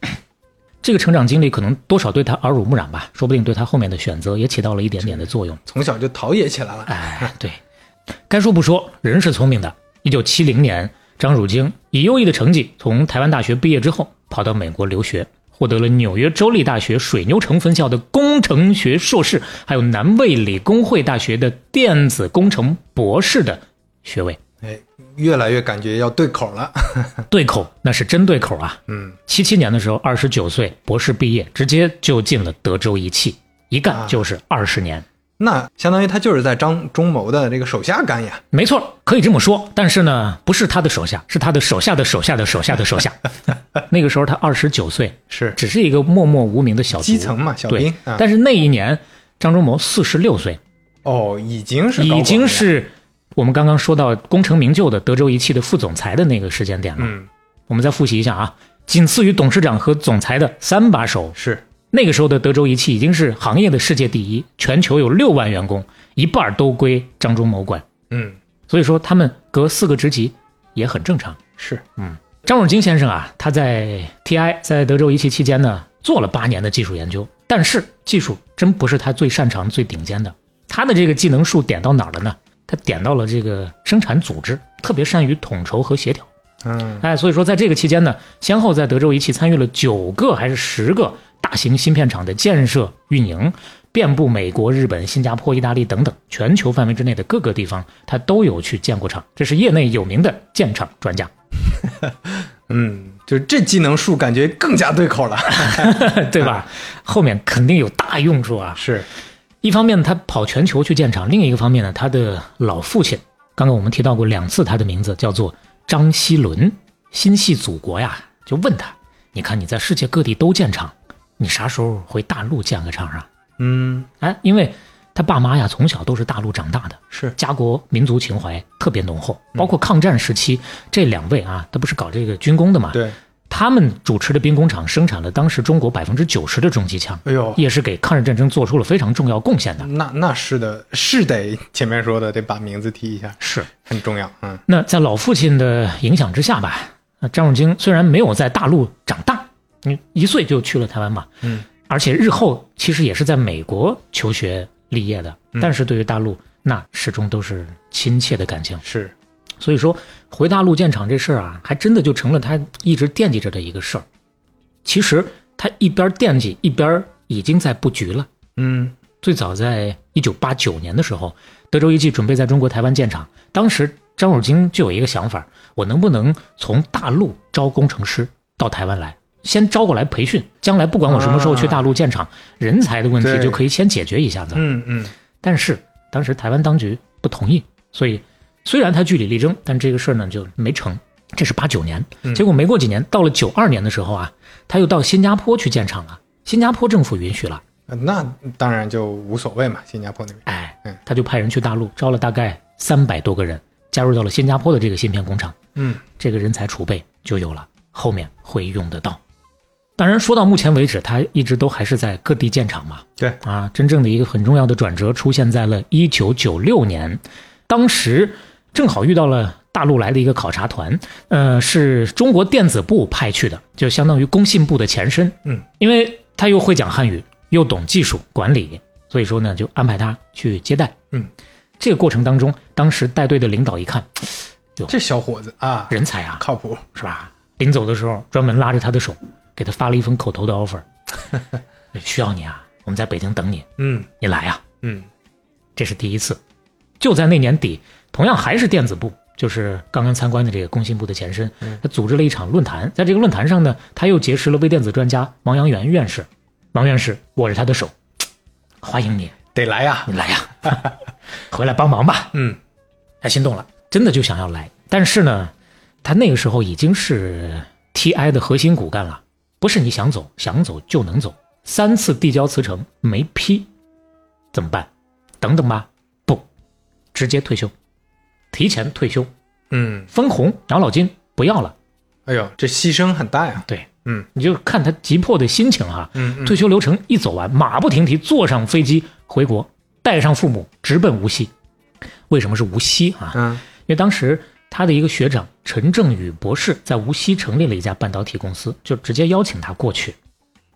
这个成长经历可能多少对他耳濡目染吧，说不定对他后面的选择也起到了一点点的作用。从小就陶冶起来了。哎，对，该说不说，人是聪明的。一九七零年，张汝京以优异的成绩从台湾大学毕业之后，跑到美国留学，获得了纽约州立大学水牛城分校的工程学硕士，还有南卫理工会大学的电子工程博士的学位。哎，越来越感觉要对口了。 对口，那是真对口啊！嗯，七七年的时候，二十九岁，博士毕业，直接就进了德州仪器，一啊干就是二十年。那相当于他就是在张忠谋的这个手下干呀。没错，可以这么说。但是呢，不是他的手下，是他的手下的手下的手下的手 下。那个时候他二十九岁，是，只是一个默默无名的小卒基层嘛小对兵啊但是那一年，张忠谋四十六岁，哦，已经是高已管经了是我们刚刚说到功成名就的德州仪器的副总裁的那个时间点了。嗯，我们再复习一下啊，仅次于董事长和总裁的三把手是，那个时候的德州仪器已经是行业的世界第一，全球有六万员工，一半儿都归张忠谋管。嗯，所以说他们隔四个职级也很正常。是，张汝京先生啊，他在 TI 在德州仪器期间呢，做了八年的技术研究，但是技术真不是他最擅长、最顶尖的。他的这个技能树点到哪儿了呢？他点到了这个生产组织，特别善于统筹和协调。嗯，哎，所以说在这个期间呢，先后在德州仪器参与了九个还是十个大型芯片厂的建设运营，遍布美国、日本、新加坡、意大利等等全球范围之内的各个地方，他都有去建过厂，这是业内有名的建厂专家。 嗯，就是这技能树感觉更加对口了。对吧？后面肯定有大用处啊！ 是，一方面他跑全球去建厂，另一个方面呢，他的老父亲，刚刚我们提到过两次他的名字，叫做张希伦，心系祖国呀，就问他，你看你在世界各地都建厂，你啥时候回大陆建个厂啊？嗯，哎，因为他爸妈呀，从小都是大陆长大的，是，家国民族情怀特别浓厚，包括抗战时期，这两位啊，他不是搞这个军工的嘛，对，他们主持的兵工厂生产了当时中国百分之九十的重机枪，哎呦，也是给抗日战争做出了非常重要贡献的。那那是的，是得前面说的得把名字提一下，是，很重要。嗯，那在老父亲的影响之下吧，呃张汝京虽然没有在大陆长大，嗯，一岁就去了台湾嘛，嗯，而且日后其实也是在美国求学立业的，但是对于大陆那始终都是亲切的感情。是，所以说，回大陆建厂这事儿啊，还真的就成了他一直惦记着的一个事儿。其实他一边惦记，一边已经在布局了。嗯，最早在一九八九年的时候，德州仪器准备在中国台湾建厂，当时张汝京就有一个想法：我能不能从大陆招工程师到台湾来？先招过来培训，将来不管我什么时候去大陆建厂，人才的问题对就可以先解决一下子。嗯嗯，但是当时台湾当局不同意，所以虽然他据理力争，但这个事儿呢就没成。这是八九年，结果没过几年，到了九二年的时候啊，他又到新加坡去建厂了。新加坡政府允许了，呃那当然就无所谓嘛，新加坡那边。哎嗯，他就派人去大陆招了大概三百多个人，加入到了新加坡的这个芯片工厂。嗯，这个人才储备就有了，后面会用得到。当然，说到目前为止，它一直都还是在各地建厂嘛。对啊，真正的一个很重要的转折出现在了1996年，当时正好遇到了大陆来的一个考察团，呃，是中国电子部派去的，就相当于工信部的前身。嗯，因为他又会讲汉语，又懂技术管理，所以说呢，就安排他去接待。嗯，这个过程当中，当时带队的领导一看，这小伙子啊，人才啊，靠谱。是吧？临走的时候专门拉着他的手，给他发了一封口头的 offer，需要你啊，我们在北京等你，嗯你来啊。嗯这是第一次，就在那年底，同样还是电子部，就是刚刚参观的这个工信部的前身，他组织了一场论坛，在这个论坛上呢，他又结识了微电子专家王阳元院士，王院士握着他的手，欢迎你，得来啊呀、你来呀、回来帮忙吧。嗯他心动了，真的就想要来。但是呢，他那个时候已经是 TI 的核心骨干了，不是你想走想走就能走。三次递交辞呈没批，怎么办？等等吧，不，直接退休，提前退休，嗯，分红、养老金不要了。哎呦，这牺牲很大呀。对，嗯你就看他急迫的心情哈、嗯嗯退休流程一走完，马不停蹄坐上飞机回国，带上父母直奔无锡。为什么是无锡啊？嗯因为当时他的一个学长陈正宇博士在无锡成立了一家半导体公司，就直接邀请他过去。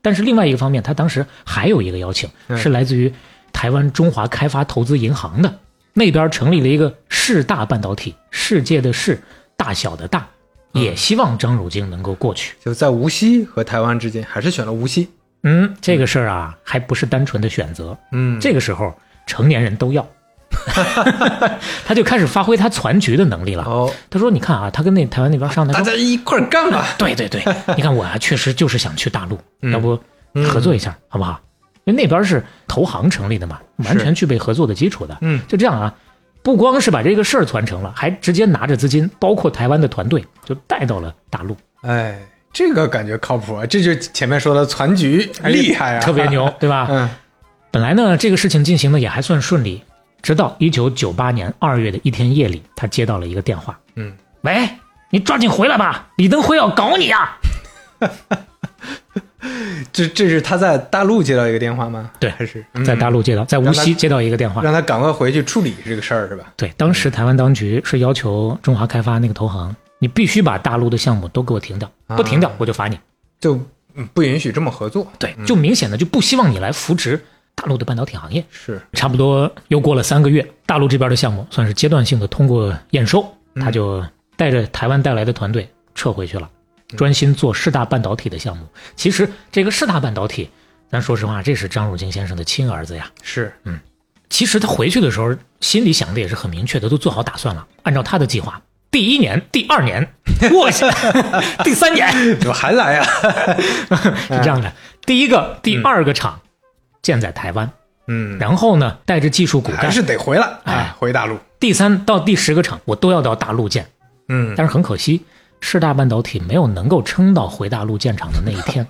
但是另外一个方面，他当时还有一个邀请嗯是来自于台湾中华开发投资银行的那边成立了一个世大半导体，世界的世，大小的大，嗯也希望张汝京能够过去。就在无锡和台湾之间，还是选了无锡。嗯，这个事儿啊，还不是单纯的选择，嗯这个时候成年人 都要，他就开始发挥他攒局的能力了。哦，啊他说：“你看啊，他跟那台湾那边商量，大他说家一块儿干吧。 对对 对，你看我啊，确实就是想去大陆，啊嗯要不合作一下、好不好？因为那边是投行成立的嘛，完全具备合作的基础的。嗯，就这样啊，不光是把这个事儿传承了，还直接拿着资金，包括台湾的团队，就带到了大陆，哎，这个感觉靠谱啊，这就是前面说的攒局厉害啊，哎特别。牛，对吧？嗯本来呢，这个事情进行的也还算顺利，直到一九九八年二月的一天夜里，他接到了一个电话，嗯，喂，你抓紧回来吧，李登辉要搞你啊！ 这这是他在大陆接到一个电话吗？对还是在大陆、陆接到，在无嗯让他锡接到一个电话，让他赶快回去处理这个事儿是吧？对，当时台湾当局是要求中华开发那个投行，你必须把大陆的项目都给我停掉，啊不停掉我就罚你。就嗯不允许这么合作。对，就明显的就不希望你来扶持大陆的半导体行业。是，差不多又过了三个月，大陆这边的项目算是阶段性的通过验收，嗯他就带着台湾带来的团队撤回去了，嗯专心做世大半导体的项目。其实这个世大半导体，咱说实话，这是张汝京先生的亲儿子呀。是，嗯其实他回去的时候，心里想的也是很明确的，都做好打算了。按照他的计划，第一年、第二 年，我去，第三年怎么还 来啊？是这样的。第一个、第二个厂建在台湾，嗯，然后呢，带着技术骨还干，是得回来，哎哎，回大陆。第三到第十个厂我都要到大陆建。嗯，但是很可惜，世大半导体没有能够撑到回大陆建厂的那一天。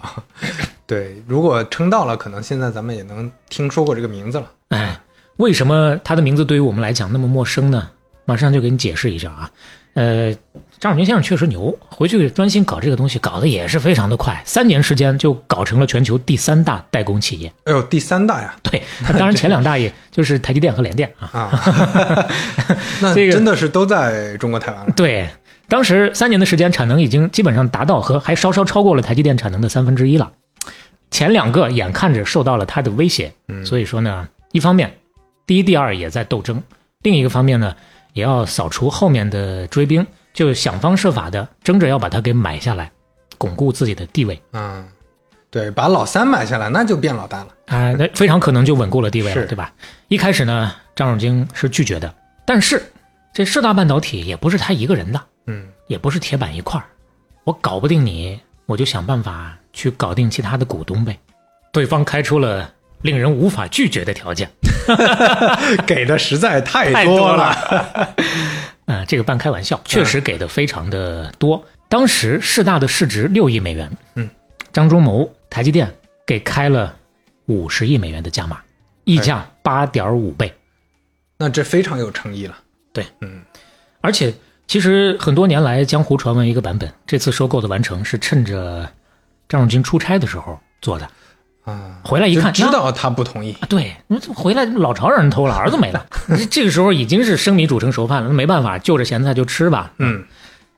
对，如果撑到了，可能现在咱们也能听说过这个名字了。哎，为什么他的名字对于我们来讲那么陌生呢？马上就给你解释一下啊。呃，张汝京先生确实牛，回去专心搞这个东西，搞得也是非常的快，三年时间就搞成了全球第三大代工企业。哎呦，第三代呀，对，那当然前两大也就是台积电和联电啊。 啊，那这个真的是都在中国台湾了。对，当时三年的时间，产能已经基本上达到和还稍稍超过了台积电产能的三分之一了。前两个眼看着受到了它的威胁，所以说呢，一方面第一、第二也在斗争，另一个方面呢，也要扫除后面的追兵，就想方设法的争着要把它给买下来，巩固自己的地位嗯，对，把老三买下来，那就变老大了。啊，那、非常可能就稳固了地位了，是对吧？一开始呢，张汝京是拒绝的，但是这世大半导体也不是他一个人的，嗯也不是铁板一块儿，我搞不定你，我就想办法去搞定其他的股东呗。对方开出了令人无法拒绝的条件，给的实在太太多多了。 呃，这个半开玩笑，确实给的非常的多。当时市大的市值六亿美元，嗯，张忠谋、台积电给开了五十亿美元的价码，溢价八点五倍。那这非常有诚意了。而且，其实很多年来，江湖传闻一个版本，这次收购的完成是趁着张仲军出差的时候做的。啊，回来一看，就呀知道他不同意。啊，对，你这回来老巢让人偷了，儿子没 了。这这个时候已经是生米煮成熟饭了，那没办法，就着咸菜就吃吧。嗯，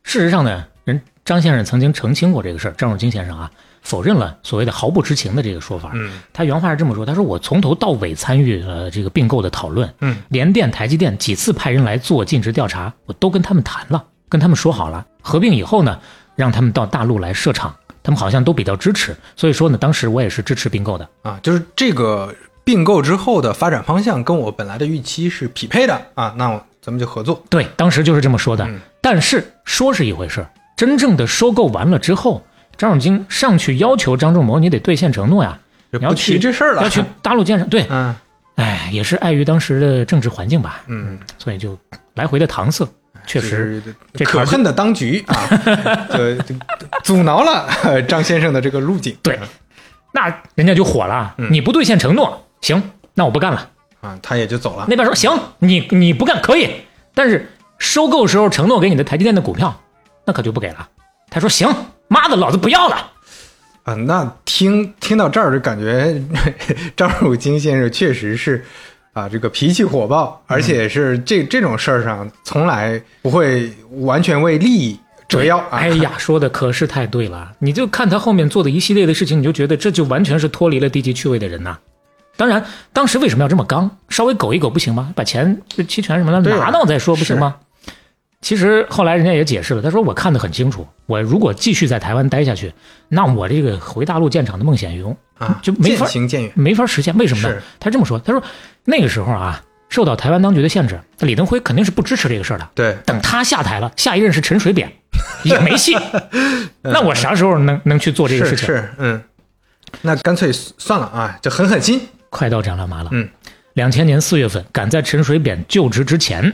事实上呢，人张先生曾经澄清过这个事儿，张汝京先生啊否认了所谓的毫不知情的这个说法。嗯，他原话是这么说：“他说我从头到尾参与了这个并购的讨论，嗯，联电、台积电几次派人来做尽职调查，我都跟他们谈了，跟他们说好了，合并以后呢，让他们到大陆来设厂，他们好像都比较支持，所以说呢，当时我也是支持并购的。啊，就是这个并购之后的发展方向跟我本来的预期是匹配的啊，那我咱们就合作。对，当时就是这么说的。嗯但是说是一回事儿，真正的收购完了之后，张永京上去要求张仲谋，你得兑现承诺呀，就你要不提去这事儿了。要去大陆建设。对，嗯哎，也是碍于当时的政治环境吧，嗯，所以就来回的搪塞，确实就是这可茬儿恨的当局啊， 呃，就阻挠了呃张先生的这个路径对。那人家就火了，嗯你不兑现承诺，行，那我不干了。啊，他也就走了。那边说行，你你不干可以，但是收购时候承诺给你的台积电的股票，那可就不给了。他说行，妈的，老子不要了。啊，那听听到这儿就感觉张汝京先生确实是啊，这个脾气火爆，而且是这这种事儿上从来不会完全为利益折腰啊。哎 呀，说的可是太对了！你就看他后面做的一系列的事情，你就觉得这就完全是脱离了低级趣味的人呐、当然，当时为什么要这么刚？稍微苟一苟不行吗？把钱就期权什么的对啊拿到再说不行吗？其实后来人家也解释了，他说我看得很清楚，我如果继续在台湾待下去，那我这个回大陆建厂的梦想有啊，就没法渐行渐远。没法实现。为什么呢是？他这么说，他说那个时候啊，受到台湾当局的限制，李登辉肯定是不支持这个事儿的。对，等他下台了，下一任是陈水扁，也没 戏。那我啥时候能能去做这个事情？是是，嗯，那干脆算了啊，就狠狠心。快到展览麻了。嗯，两千年四月份，赶在陈水扁就职之前，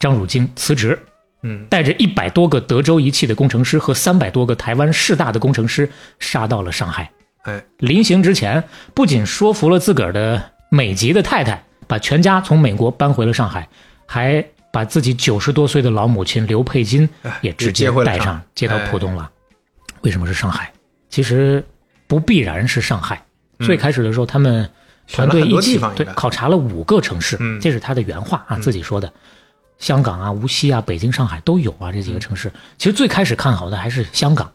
张汝京辞职，嗯，带着一百多个德州仪器的工程师和三百多个台湾师大的工程师，杀到了上海。哎，临行之前，不仅说服了自个儿的美籍的太太，把全家从美国搬回了上海，还把自己九十多岁的老母亲刘佩金也直接哎也接回了哎带上海上，接到浦东了。为什么是上海？其实不必然是上海。最开始的时候，他们团队嗯选了很一多起地方应对该考察了五个城市，嗯这是他的原话啊，自己说的。香港啊、无锡啊、北京、上海都有啊，这几个城嗯市。其实最开始看好的还是香港，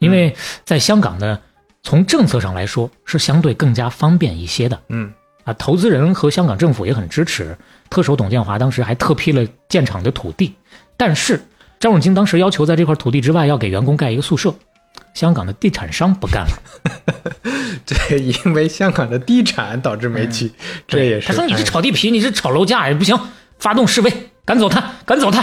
因为在香港呢，从政策上来说是相对更加方便一些的嗯，啊。投资人和香港政府也很支持，特首董建华当时还特批了建厂的土地，但是张汝京当时要求在这块土地之外要给员工盖一个宿舍，香港的地产商不干了，这因为香港的地产导致没去，这也是。嗯他说你是哎炒地皮，你是炒楼价也不行，发动示威，赶走他，赶走他，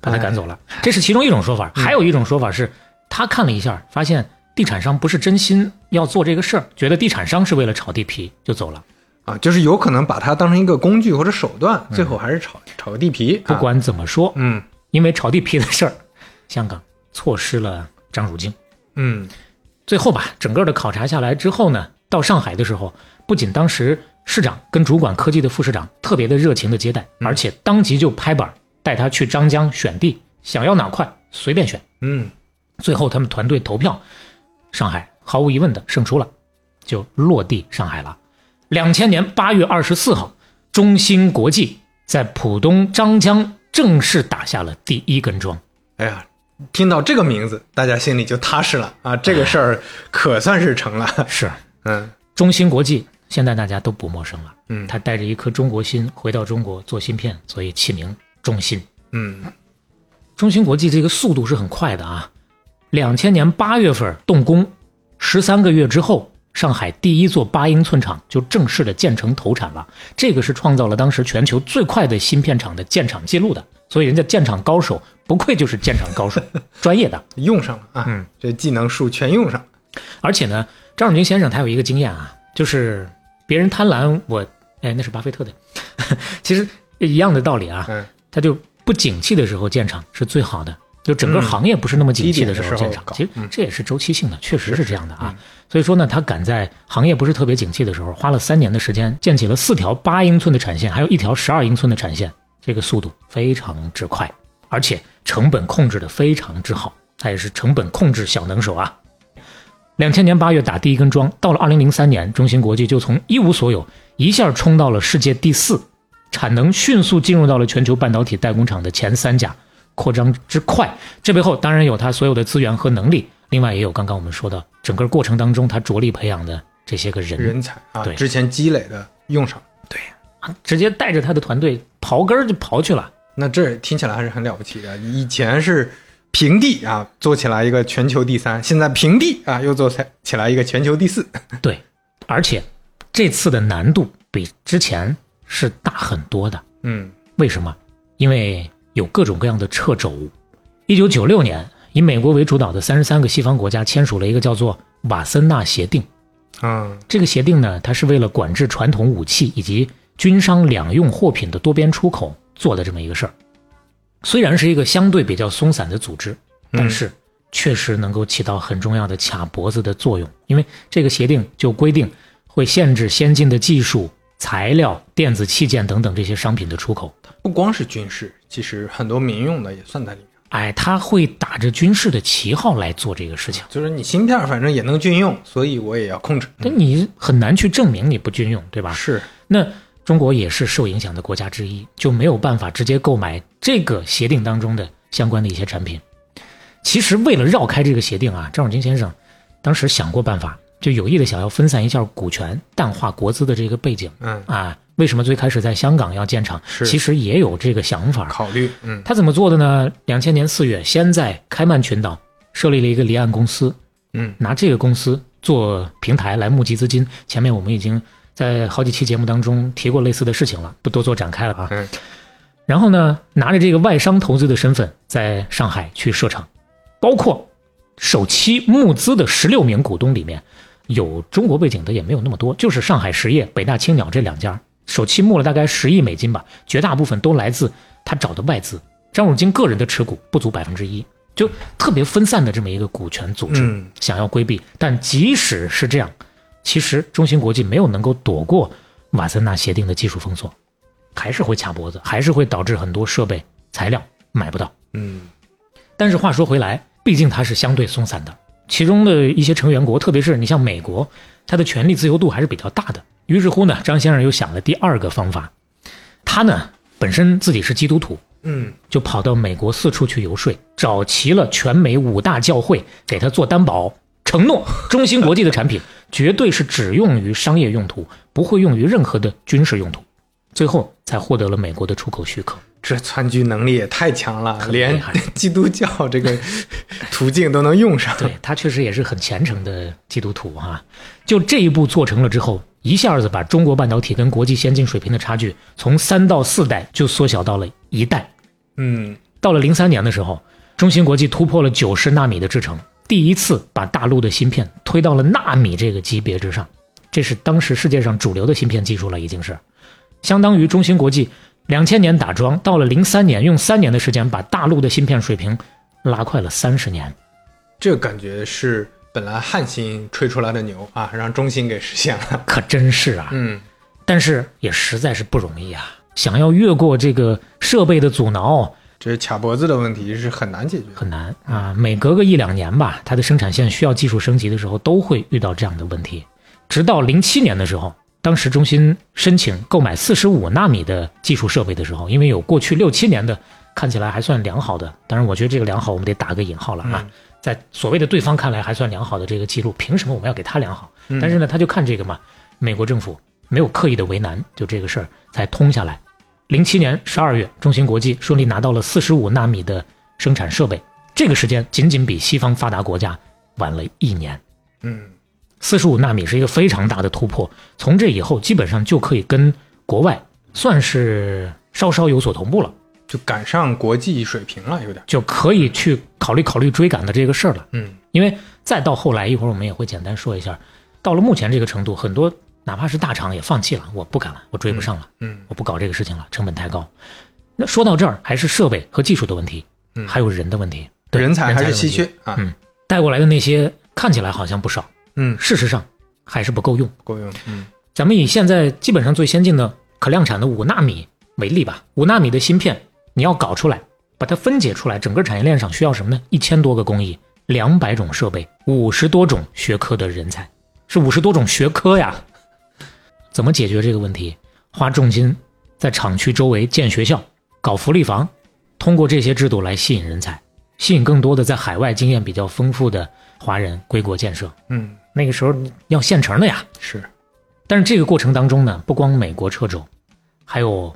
把他赶走了。哎这是其中一种说法，嗯还有一种说法是，他看了一下，发现地产商不是真心要做这个事儿，觉得地产商是为了炒地皮就走了。啊，就是有可能把它当成一个工具或者手段，最后还是炒炒个地皮。嗯不啊，管怎么说，嗯因为炒地皮的事儿，香港错失了张汝京。嗯，最后吧，整个的考察下来之后呢，到上海的时候，不仅当时市长跟主管科技的副市长特别的热情的接待，而且当即就拍板带他去张江选地，想要哪块随便选。嗯，最后他们团队投票，上海毫无疑问的胜出了，就落地上海了。两千年八月二十四号，中芯国际在浦东张江正式打下了第一根桩。哎呀，听到这个名字，大家心里就踏实了啊，这个事儿可算是成了。是，嗯中芯国际现在大家都不陌生了，嗯他带着一颗中国心回到中国做芯片，所以起名中芯。 嗯，中芯国际这个速度是很快的啊，两千年八月份动工，十三个月之后，上海第一座八英寸厂就正式的建成投产了。这个是创造了当时全球最快的芯片厂的建厂记录的，所以人家建厂高手不愧就是建厂高手，专业的。用上了啊，嗯这技能树全用上了。而且呢，张汝京先生他有一个经验啊，就是别人贪婪我，哎，那是巴菲特的， 其实一样的道理啊。嗯他就不景气的时候建厂是最好的，就整个行业不是那么景气嗯的时低候点的时候建厂，搞其实这也是周期性的，确实是这样的啊。所以说呢，他赶在行业不是特别景气的时候，花了三年的时间建起了四条八英寸的产线，还有一条十二英寸的产线，这个速度非常之快，而且成本控制的非常之好，它也是成本控制小能手啊。两千年八月打第一根桩，到了二零零三年，中芯国际就从一无所有一下冲到了世界第四，产能迅速进入到了全球半导体代工厂的前三甲，扩张之快，这背后当然有它所有的资源和能力，另外也有刚刚我们说的整个过程当中它着力培养的这些个人，人才啊，对之前积累的用上，直接带着他的团队刨根儿就刨去了。那这听起来还是很了不起的。以前是平地啊，做起来一个全球第三，现在平地啊，又做起起来一个全球第四。对，而且这次的难度比之前是大很多的。嗯为什么？因为有各种各样的掣肘。一九九六年，以美国为主导的三十三个西方国家签署了一个叫做《瓦森纳协定》。嗯这个协定呢，它是为了管制传统武器以及军商两用货品的多边出口做的这么一个事儿。虽然是一个相对比较松散的组织，但是确实能够起到很重要的卡脖子的作用，因为这个协定就规定会限制先进的技术、材料、电子器件等等这些商品的出口。不光是军事，其实很多民用的也算在里面。哎，他会打着军事的旗号来做这个事情。就是你芯片儿反正也能军用，所以我也要控制。但你很难去证明你不军用，对吧？是，那中国也是受影响的国家之一，就没有办法直接购买这个协定当中的相关的一些产品。其实为了绕开这个协定啊，张永金先生当时想过办法，就有意的想要分散一下股权，淡化国资的这个背景嗯，啊。为什么最开始在香港要建厂？是其实也有这个想法。考虑，嗯他怎么做的呢？两千年四月，先在开曼群岛设立了一个离岸公司，嗯，拿这个公司做平台来募集资金。前面我们已经在好几期节目当中提过类似的事情了，不多做展开了啊。嗯然后呢，拿着这个外商投资的身份，在上海去设厂，包括首期募资的十六名股东里面，有中国背景的也没有那么多，就是上海实业、北大青鸟这两家，首期募了大概十亿美金吧，绝大部分都来自他找的外资。张汝京个人的持股不足百分之一，就特别分散的这么一个股权组织，嗯想要规避。但即使是这样，其实中芯国际没有能够躲过瓦森纳协定的技术封锁，还是会卡脖子，还是会导致很多设备材料买不到。嗯，但是话说回来，毕竟它是相对松散的，其中的一些成员国，特别是你像美国，它的权力自由度还是比较大的。于是乎呢，张先生又想了第二个方法，他呢本身自己是基督徒，嗯，就跑到美国四处去游说，找齐了全美五大教会给他做担保，承诺中芯国际的产品绝对是只用于商业用途，不会用于任何的军事用途。最后才获得了美国的出口许可。这参军能力也太强了，很厉连害 基督教这 个途径都能用上。对他确实也是很虔诚的基督徒哈、就这一步做成了之后，一下子把中国半导体跟国际先进水平的差距从三到四代就缩小到了一代。嗯，到了零三年的时候，中芯国际突破了九十纳米的制程，第一次把大陆的芯片推到了纳米这个级别之上，这是当时世界上主流的芯片技术了，已经是相当于中芯国际两千年打桩，到了零三年用三年的时间把大陆的芯片水平拉快了三十年。这感觉是本来汉芯吹出来的牛啊，让中芯给实现 了。可真是啊，嗯，但是也实在是不容易啊！想要越过这个设备的阻挠这卡脖子的问题是很难解决的。很难啊。每隔个一两年吧，它的生产线需要技术升级的时候，都会遇到这样的问题。直到零七年的时候，当时中芯申请购买四十五纳米的技术设备的时候，因为有过去六七年的看起来还算良好的，当然我觉得这个良好我们得打个引号了啊。在所谓的对方看来还算良好的这个记录，凭什么我们要给他良好？但是呢，他就看这个嘛，美国政府没有刻意的为难，就这个事儿才通下来。零七年十二月，中芯国际顺利拿到了四十五纳米的生产设备，这个时间仅仅比西方发达国家晚了一年。嗯，四十五纳米是一个非常大的突破，从这以后基本上就可以跟国外算是稍稍有所同步了，就赶上国际水平了，有点。就可以去考虑考虑追赶的这个事儿了。嗯因为再到后来，一会儿我们也会简单说一下，到了目前这个程度，很多哪怕是大厂也放弃了，我不敢了，我追不上了，嗯我不搞这个事情了，成本太高。那说到这儿，还是设备和技术的问题嗯，还有人的问题。对人才还的是问题稀缺啊，嗯带过来的那些看起来好像不少，嗯，事实上还是不够用。够用，嗯咱们以现在基本上最先进的可量产的五纳米为例吧，五纳米的芯片你要搞出来，把它分解出来，整个产业链上需要什么呢？一千多个工艺，两百种设备，五十多种学科的人才，是五十多种学科呀。怎么解决这个问题？花重金在厂区周围建学校，搞福利房，通过这些制度来吸引人才，吸引更多的在海外经验比较丰富的华人归国建设。嗯，那个时候要现成的呀。是，但是这个过程当中呢，不光美国掣肘，还有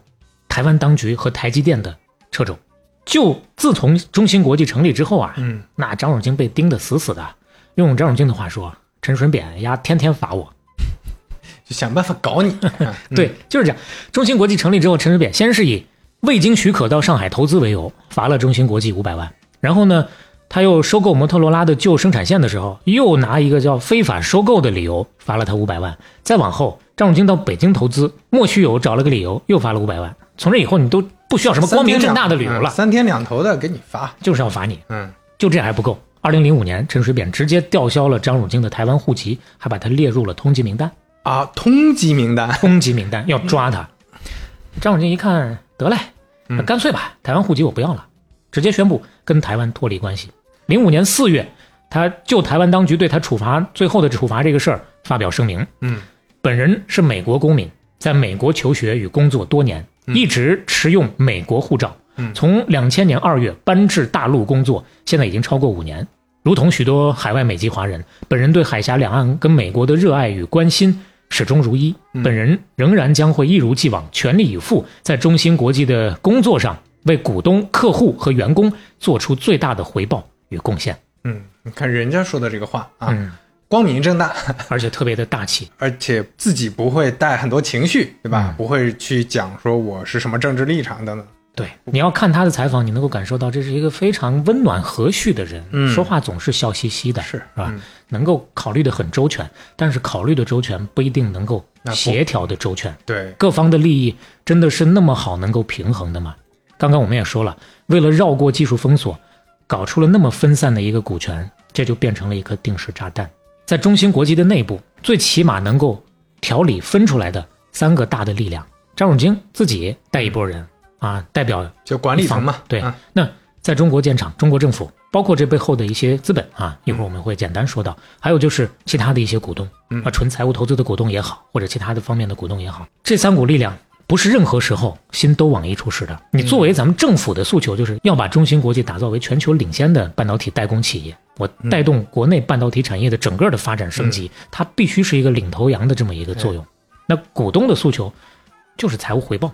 台湾当局和台积电的掣肘。就自从中芯国际成立之后啊，嗯那张永京被盯得死死的。用张永京的话说，陈水扁呀，天天罚我。就想办法搞 你，啊嗯对，就是这样。中芯国际成立之后，陈水扁先是以未经许可到上海投资为由，罚了中芯国际五百万。然后呢，他又收购摩托罗拉的旧生产线的时候，又拿一个叫非法收购的理由罚了他五百万。再往后，张永京到北京投资，莫须有找了个理由，又罚了五百万。从这以后，你都不需要什么光明正大的理由嗯了，三天两头的给你发，就是要罚你。嗯，就这还不够。二零零五年，陈水扁直接吊销了张汝京的台湾户籍，还把他列入了通缉名单。啊，通缉 名单，通缉名单，要抓他。张永京一看，得嘞，那干脆吧，台湾户籍我不要了，直接宣布跟台湾脱离关系。零五年四月，他就台湾当局对他处罚最后的处罚这个事儿发表声明。嗯，本人是美国公民，在美国求学与工作多年，一直持用美国护照。嗯从两千年二月搬至大陆工作，现在已经超过五年。如同许多海外美籍华人，本人对海峡两岸跟美国的热爱与关心始终如一。本人仍然将会一如既往全力以赴，在中芯国际的工作上为股东、客户和员工做出最大的回报与贡献。嗯，你看人家说的这个话啊，嗯，光明正大， 而且特别的大气。而且自己不会带很多情绪，对嗯吧？不会去讲说我是什么政治立场等等。对，你要看他的采访，你能够感受到这是一个非常温暖和煦的人，嗯说话总是笑嘻嘻的，是嗯吧？能够考虑的很周全，但是考虑的周全不一定能够那不协调的周全。对，各方的利益真的是那么好能够平衡的吗？刚刚我们也说了，为了绕过技术封锁，搞出了那么分散的一个股权，这就变成了一颗定时炸弹。在中芯国际的内部，最起码能够条理分出来的三个大的力量，张永京自己带一波人啊，代表就管理层嘛，对啊，那在中国建厂，中国政府包括这背后的一些资本啊，一会儿我们会简单说到。还有就是其他的一些股东嗯啊，纯财务投资的股东也好，或者其他的方面的股东也好，这三股力量。不是任何时候心都往一处使的。你作为咱们政府的诉求，就是要把中芯国际打造为全球领先的半导体代工企嗯业，我带动国内半导体产业的整个的发展升嗯级，它必须是一个领头羊的这么一个作用。那股东的诉求就是财务回报，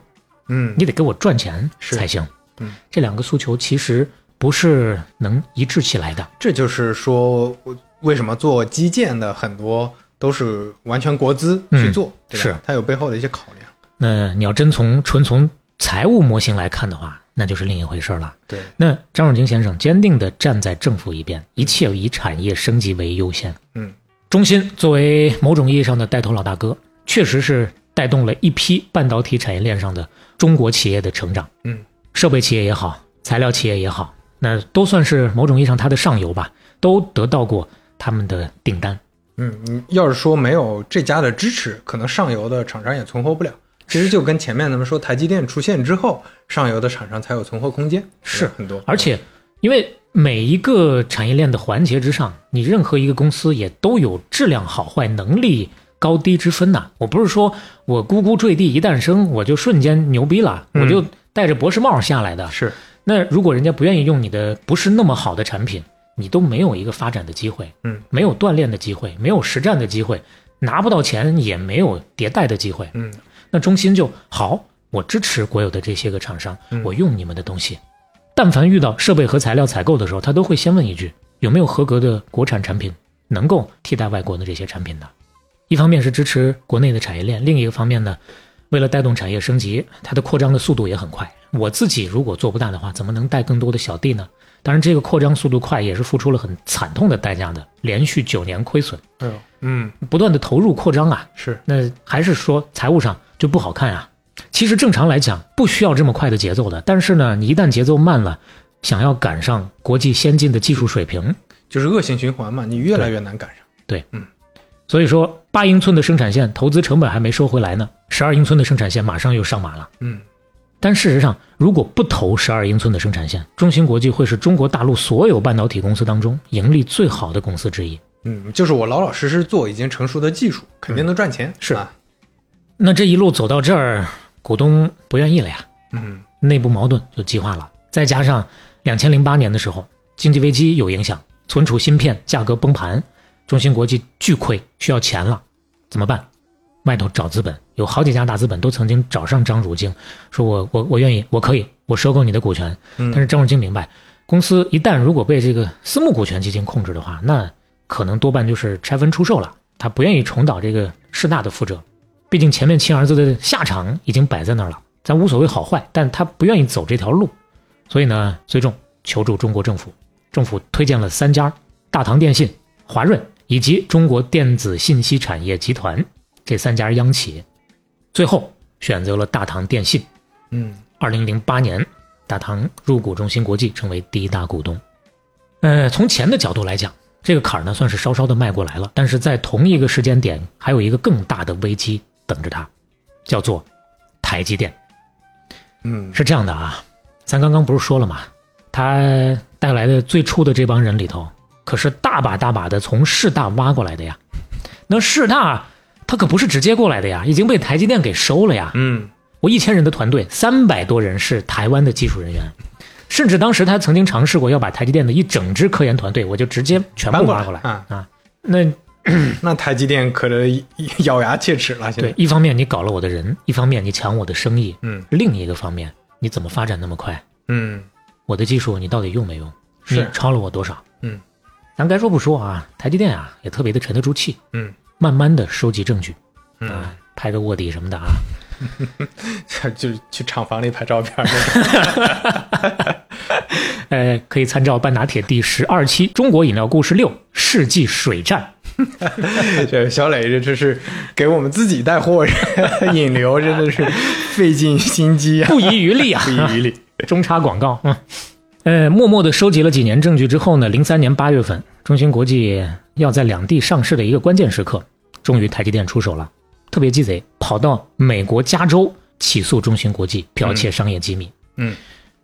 嗯，你得给我赚钱是才行。嗯，这两个诉求其实不是能一致起来的。这就是说我为什么做基建的很多都是完全国资去做，对嗯吧是它有背后的一些考量。那你要真从纯从财务模型来看的话，那就是另一回事儿了。对，那张永京先生坚定地站在政府一边，一切以产业升级为优先。嗯，中芯作为某种意义上的带头老大哥，确实是带动了一批半导体产业链上的中国企业的成长。嗯，设备企业也好，材料企业也好，那都算是某种意义上它的上游吧，都得到过他们的订单。嗯，你要是说没有这家的支持，可能上游的厂商也存活不了。其实就跟前面咱们说台积电出现之后，上游的厂商才有存活空间，是对吧很多，而且，因为每一个产业链的环节之上，你任何一个公司也都有质量好坏、能力高低之分呐、我不是说我呱呱坠地一诞生，我就瞬间牛逼了，我就戴着博士帽下来的。嗯是那如果人家不愿意用你的不是那么好的产品，你都没有一个发展的机会，嗯，没有锻炼的机会，没有实战的机会，拿不到钱也没有迭代的机会，嗯，那中芯就好，我支持国有的这些个厂商，我用你们的东西。但凡遇到设备和材料采购的时候，他都会先问一句：有没有合格的国产产品能够替代外国的这些产品的？一方面是支持国内的产业链，另一个方面呢，为了带动产业升级，它的扩张的速度也很快。我自己如果做不大的话，怎么能带更多的小弟呢？当然，这个扩张速度快也是付出了很惨痛的代价的，连续九年亏损，哎呦，嗯，不断的投入扩张啊，是那还是说财务上就不好看啊。其实正常来讲，不需要这么快的节奏的，但是呢，你一旦节奏慢了，想要赶上国际先进的技术水平。就是恶性循环嘛，你越来越难赶上。所以说，八英寸的生产线投资成本还没收回来呢，十二英寸的生产线马上又上马了。嗯，但事实上，如果不投十二英寸的生产线，中芯国际会是中国大陆所有半导体公司当中盈利最好的公司之一。嗯，就是我老老实实做已经成熟的技术，肯定能赚钱。嗯是啊，那这一路走到这儿，股东不愿意了呀，嗯内部矛盾就激化了。再加上两千零八年的时候，经济危机有影响，存储芯片价格崩盘，中芯国际巨亏，需要钱了，怎么办？外头找资本，有好几家大资本都曾经找上张汝京，说我我我愿意，我可以，我收购你的股权。嗯但是张汝京明白，公司一旦如果被这个私募股权基金控制的话，那可能多半就是拆分出售了，他不愿意重蹈这个事大的覆辙。毕竟前面亲儿子的下场已经摆在那儿了，咱无所谓好坏，但他不愿意走这条路，所以呢，最终求助中国政府，政府推荐了三家：大唐电信、华润以及中国电子信息产业集团这三家央企，最后选择了大唐电信。嗯，二零零八年，大唐入股中芯国际，成为第一大股东。呃，从钱的角度来讲，这个坎儿呢算是稍稍的迈过来了。但是在同一个时间点，还有一个更大的危机等着他，叫做台积电。嗯是这样的啊，咱刚刚不是说了吗？他带来的最初的这帮人里头，可是大把大把的从市大挖过来的呀。那市大他可不是直接过来的呀，已经被台积电给收了呀。嗯我一千人的团队，三百多人是台湾的技术人员，甚至当时他曾经尝试过要把台积电的一整支科研团队，我就直接全部搬过挖来过来啊那那台积电可得咬牙切齿了。现对在，，一方面你搞了我的人，一方面你抢我的生意，嗯另一个方面你怎么发展那么快？嗯我的技术你到底用没用？是你超了我多少？嗯，咱该说不说啊，台积电啊也特别的沉得住气，嗯 慢慢的收集证据嗯，啊，拍个卧底什么的啊，就是去厂房里拍照片儿那种。呃，可以参照《半拿铁》第十二期《中国饮料故事六：世纪水战》。 这小磊这这是给我们自己带货引流，真的是费尽心机啊，不遗余力啊， 不遗余力。中插广告啊。呃，默默的收集了几年证据之后呢，零三年八月份，中芯国际要在两地上市的一个关键时刻，终于台积电出手了，特别鸡贼，跑到美国加州起诉中芯国际剽窃商业机密。嗯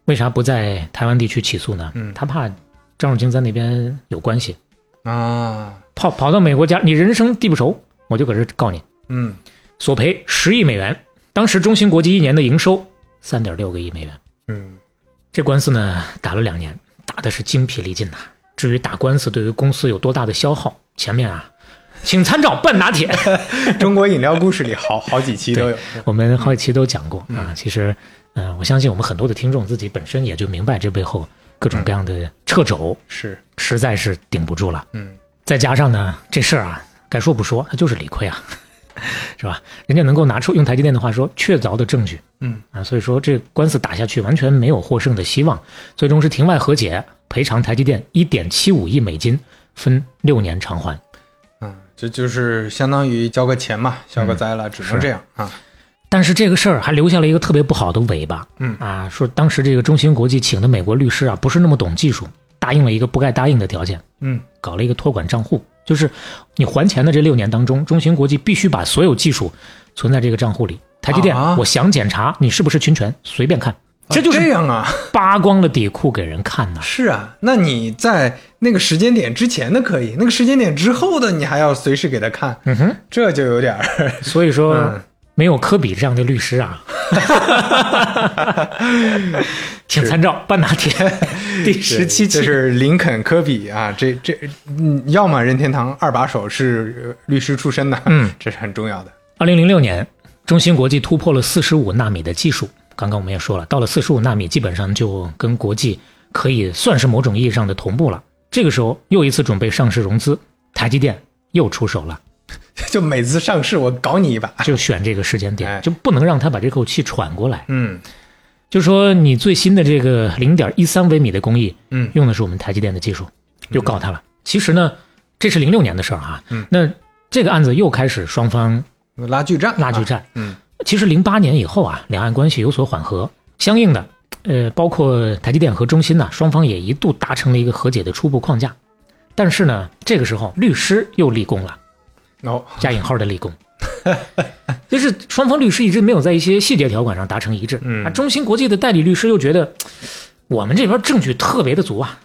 为啥不在台湾地区起诉呢？嗯他怕张汝京在那边有关系，啊，跑跑到美国加，你人生地不熟，我就搁这告你，嗯索赔十亿美元。当时中芯国际一年的营收三点六个亿美元。嗯这官司呢打了两年，打的是精疲力尽呐、至于打官司对于公司有多大的消耗，前面啊，请参照半拿铁， 中国饮料故事里好好几期都有。我们好几期都讲过啊。其实，嗯、我相信我们很多的听众自己本身也就明白这背后各种各样的掣肘，是，实在是顶不住了。嗯再加上呢，这事儿啊，该说不说，它就是理亏啊， 是吧？人家能够拿出用台积电的话说确凿的证据，嗯啊，所以说这官司打下去完全没有获胜的希望，最终是庭外和解，赔偿台积电一点七五亿美金，分六年偿还。嗯，这就是相当于交个钱嘛，消个灾了，只能是这样啊。但是这个事儿还留下了一个特别不好的尾巴，嗯啊，说当时这个中芯国际请的美国律师啊，不是那么懂技术，答应了一个不该答应的条件，嗯搞了一个托管账户，就是你还钱的这六年当中，中芯国际必须把所有技术存在这个账户里。台积电，啊我想检查你是不是侵权，随便看，这就这是样啊，扒光了底裤给人看呐、 是啊。那你在那个时间点之前的可以，那个时间点之后的你还要随时给他看，嗯哼，这就有点儿所以说、嗯没有科比这样的律师 啊，请参照半拿铁第十七期。这是林肯、科比啊，这这，嗯，要么任天堂二把手是呃律师出身的，嗯，这是很重要的。 二零零六年，中芯国际突破了四十五纳米的技术。刚刚我们也说了，到了四十五纳米，基本上就跟国际可以算是某种意义上的同步了。这个时候，又一次准备上市融资，台积电又出手了，就每次上市我搞你一把，就选这个时间哎点，就不能让他把这口气喘过来。嗯就说你最新的这个零点一三微米的工艺，嗯用的是我们台积电的技术，又告他了。其实呢，这是零六年的事儿啊。嗯那这个案子又开始双方拉锯战，拉锯啊，战。嗯其实零八年以后啊，两岸关系有所缓和，相应的，呃，包括台积电和中芯呢，双方也一度达成了一个和解的初步框架。但是呢，这个时候律师又立功了，哦，加引号的立功， 就是双方律师一直没有在一些细节条款上达成一致。嗯啊，中芯国际的代理律师又觉得我们这边证据特别的足啊，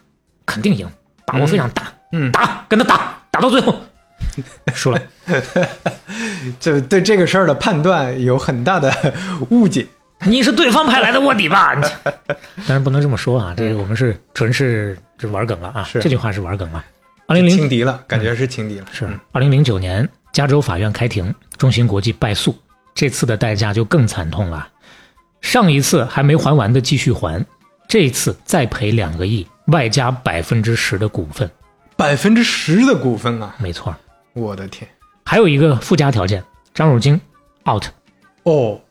肯定赢，把握非常大，嗯嗯打跟他打，打到最后 输了。这对这个事儿的判断有很大的误解。你是对方派来的卧底吧？你 当然不能这么说啊，这个我们是纯是这玩梗了啊，是这句话是玩梗了。二 零零嗯轻敌了，感觉是轻敌了。是二零零九年，加州法院开庭，中芯国际败诉，这次的代价就更惨痛了。上一次还没还完的继续还，这一次再赔两个亿，外加百分之十的股份，百分之十的股份啊！没错儿。我的天，还有一个附加条件，张汝京 out，哦，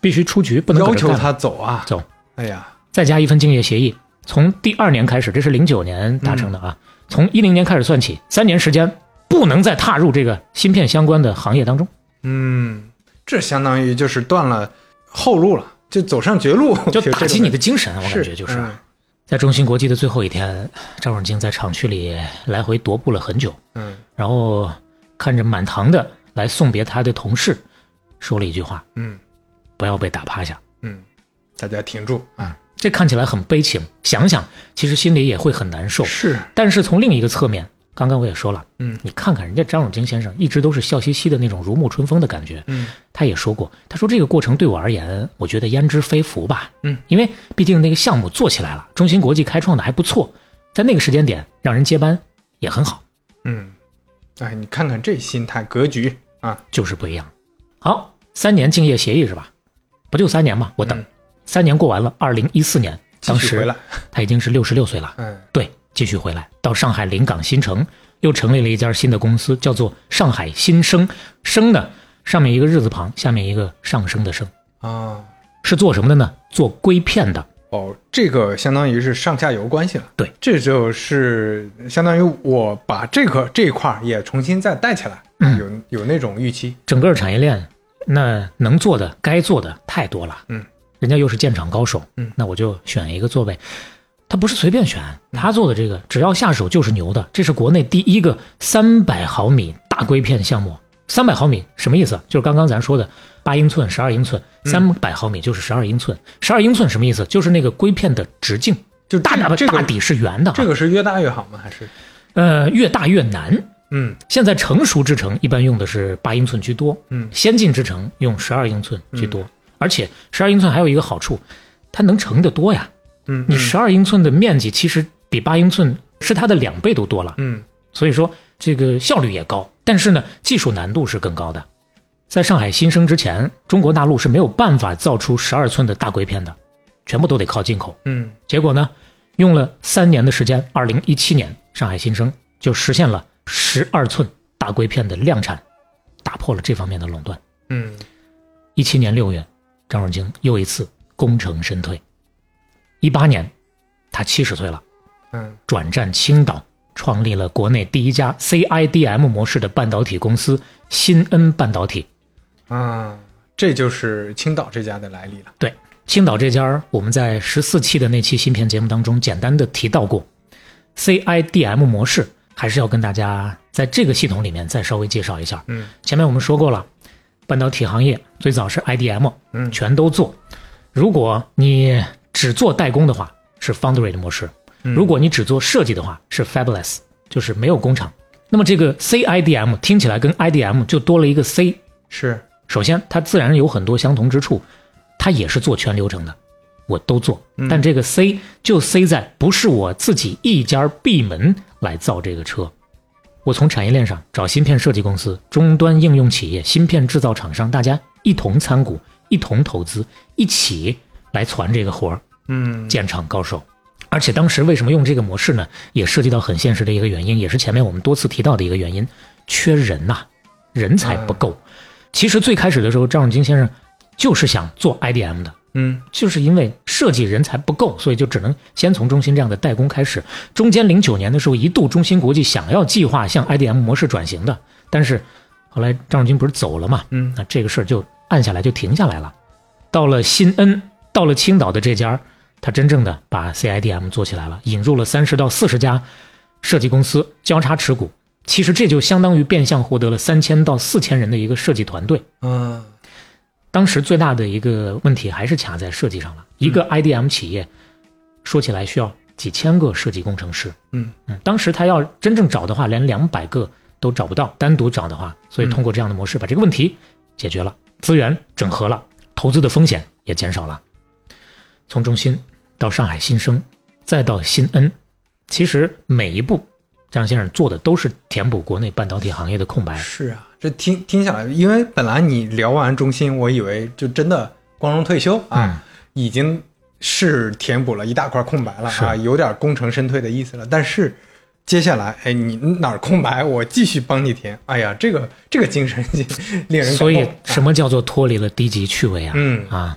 必须出局，不能搁要这求干他走啊！走，哎呀，再加一份竞业协议，从第二年开始，这是零九年达成的啊，嗯从一零年开始算起，三年时间不能再踏入这个芯片相关的行业当中，嗯，这相当于就是断了后路了，就走上绝路，就这打击种你的精神啊，我是感觉就是啊。嗯在中芯国际的最后一天，张汝京在厂区里来回踱步了很久，嗯然后看着满堂的来送别他的同事，说了一句话嗯：“不要被打趴下。嗯，大家停住啊！”这看起来很悲情，想想其实心里也会很难受。是，但哦是从另一个侧面，刚刚我也说了，嗯你看看人家张汝京先生一直都是笑嘻嘻的那种如沐春风的感觉。嗯他也说过，他说这个过程对我而言，我觉得焉知非福吧。嗯，因为毕竟那个项目做起来了，中芯国际开创的还不错，在那个时间点让人接班也很好，嗯，哎，你看看这心态格局啊！就是不一样。好，三年竞业协议是吧？不就三年嘛，我等、嗯三年过完了，二零一四年，继当续回时来，他已经是六十六岁了。嗯对，继续回来到上海临港新城，又成立了一家新的公司，叫做上海新生。生呢，上面一个日字旁，下面一个上升的升，啊，是做什么的呢？做硅片的。哦，这个相当于是上下游关系了。对，这就是相当于我把这个这一块儿也重新再带起来，嗯有有那种预期。整个产业链，那能做的、该做的太多了。嗯，人家又是建厂高手，嗯那我就选一个座位。他不是随便选，他做的这嗯个只要下手就是牛的。这是国内第一个三百毫米大硅片项目。三百毫米什么意思？就是刚刚咱说的八英寸、十二英寸，嗯三百毫米就是十二英寸。十二英寸什么意思？就是那个硅片的直径，就大这大这个大底是圆的啊，这个是越大越好吗？还是呃越大越难。嗯现在成熟制程一般用的是八英寸居多，嗯先进制程用十二英寸居多，而且十二英寸还有一个好处，它能盛得多呀。嗯，你十二英寸的面积其实比八英寸是它的两倍都多了，嗯所以说这个效率也高，但是呢，技术难度是更高的。在上海新生之前，中国大陆是没有办法造出十二寸的大硅片的，全部都得靠进口。嗯结果呢，用了三年的时间，二零一七年上海新生就实现了十二寸大硅片的量产，打破了这方面的垄断。嗯一七年六月，张汝京又一次功成身退。一八年，他七十岁了，嗯转战青岛，创立了国内第一家 CIDM 模式的半导体公司新恩半导体。嗯啊，这就是青岛这家的来历了。对，青岛这家儿，我们在十四期的那期芯片节目当中简单的提到过，CIDM 模式，还是要跟大家在这个系统里面再稍微介绍一下。嗯，前面我们说过了，半导体行业最早是 IDM，嗯全都做。如果你只做代工的话，是 Foundry 的模式；嗯如果你只做设计的话，是 Fabless，就是没有工厂。那么这个 CIDM 听起来跟 IDM 就多了一个 C，是首先，它自然有很多相同之处，它也是做全流程的，我都做。但这个 C 就 C 在不是我自己一家闭门来造这个车，我从产业链上找芯片设计公司、终端应用企业、芯片制造厂商，大家一同参股、一同投资、一起来传这个活儿，嗯建厂高手。而且当时为什么用这个模式呢？也涉及到很现实的一个原因，也是前面我们多次提到的一个原因，缺人呐、人才不够。其实最开始的时候，张汝京先生就是想做 IDM 的，嗯就是因为设计人才不够，所以就只能先从中芯这样的代工开始。中间零九年的时候，一度中芯国际想要计划向 IDM 模式转型的，但是后来张汝京不是走了嘛，嗯那这个事儿就按下来就停下来了。到了新恩，到了青岛的这家它真正的把 CIDM 做起来了，引入了三十到四十家设计公司交叉持股。其实这就相当于变相获得了三千到四千人的一个设计团队。嗯当时最大的一个问题还是卡在设计上了。一嗯个 IDM 企业说起来需要几千个设计工程师，嗯嗯，当时他要真正找的话，连两百个都找不到，单独找的话，所以嗯通过这样的模式把这个问题解决了，资源整合了，投资的风险也减少了。从中心到上海新生，再到新恩，其实每一步张先生做的都是填补国内半导体行业的空白。是啊，这听听下来，因为本来你聊完中心，我以为就真的光荣退休啊，嗯已经是填补了一大块空白了啊，是有点功成身退的意思了。但是接下来，哎，你哪儿空白，我继续帮你填。哎呀，这个这个精神令人感动所以，啊什么叫做脱离了低级趣味啊？嗯啊，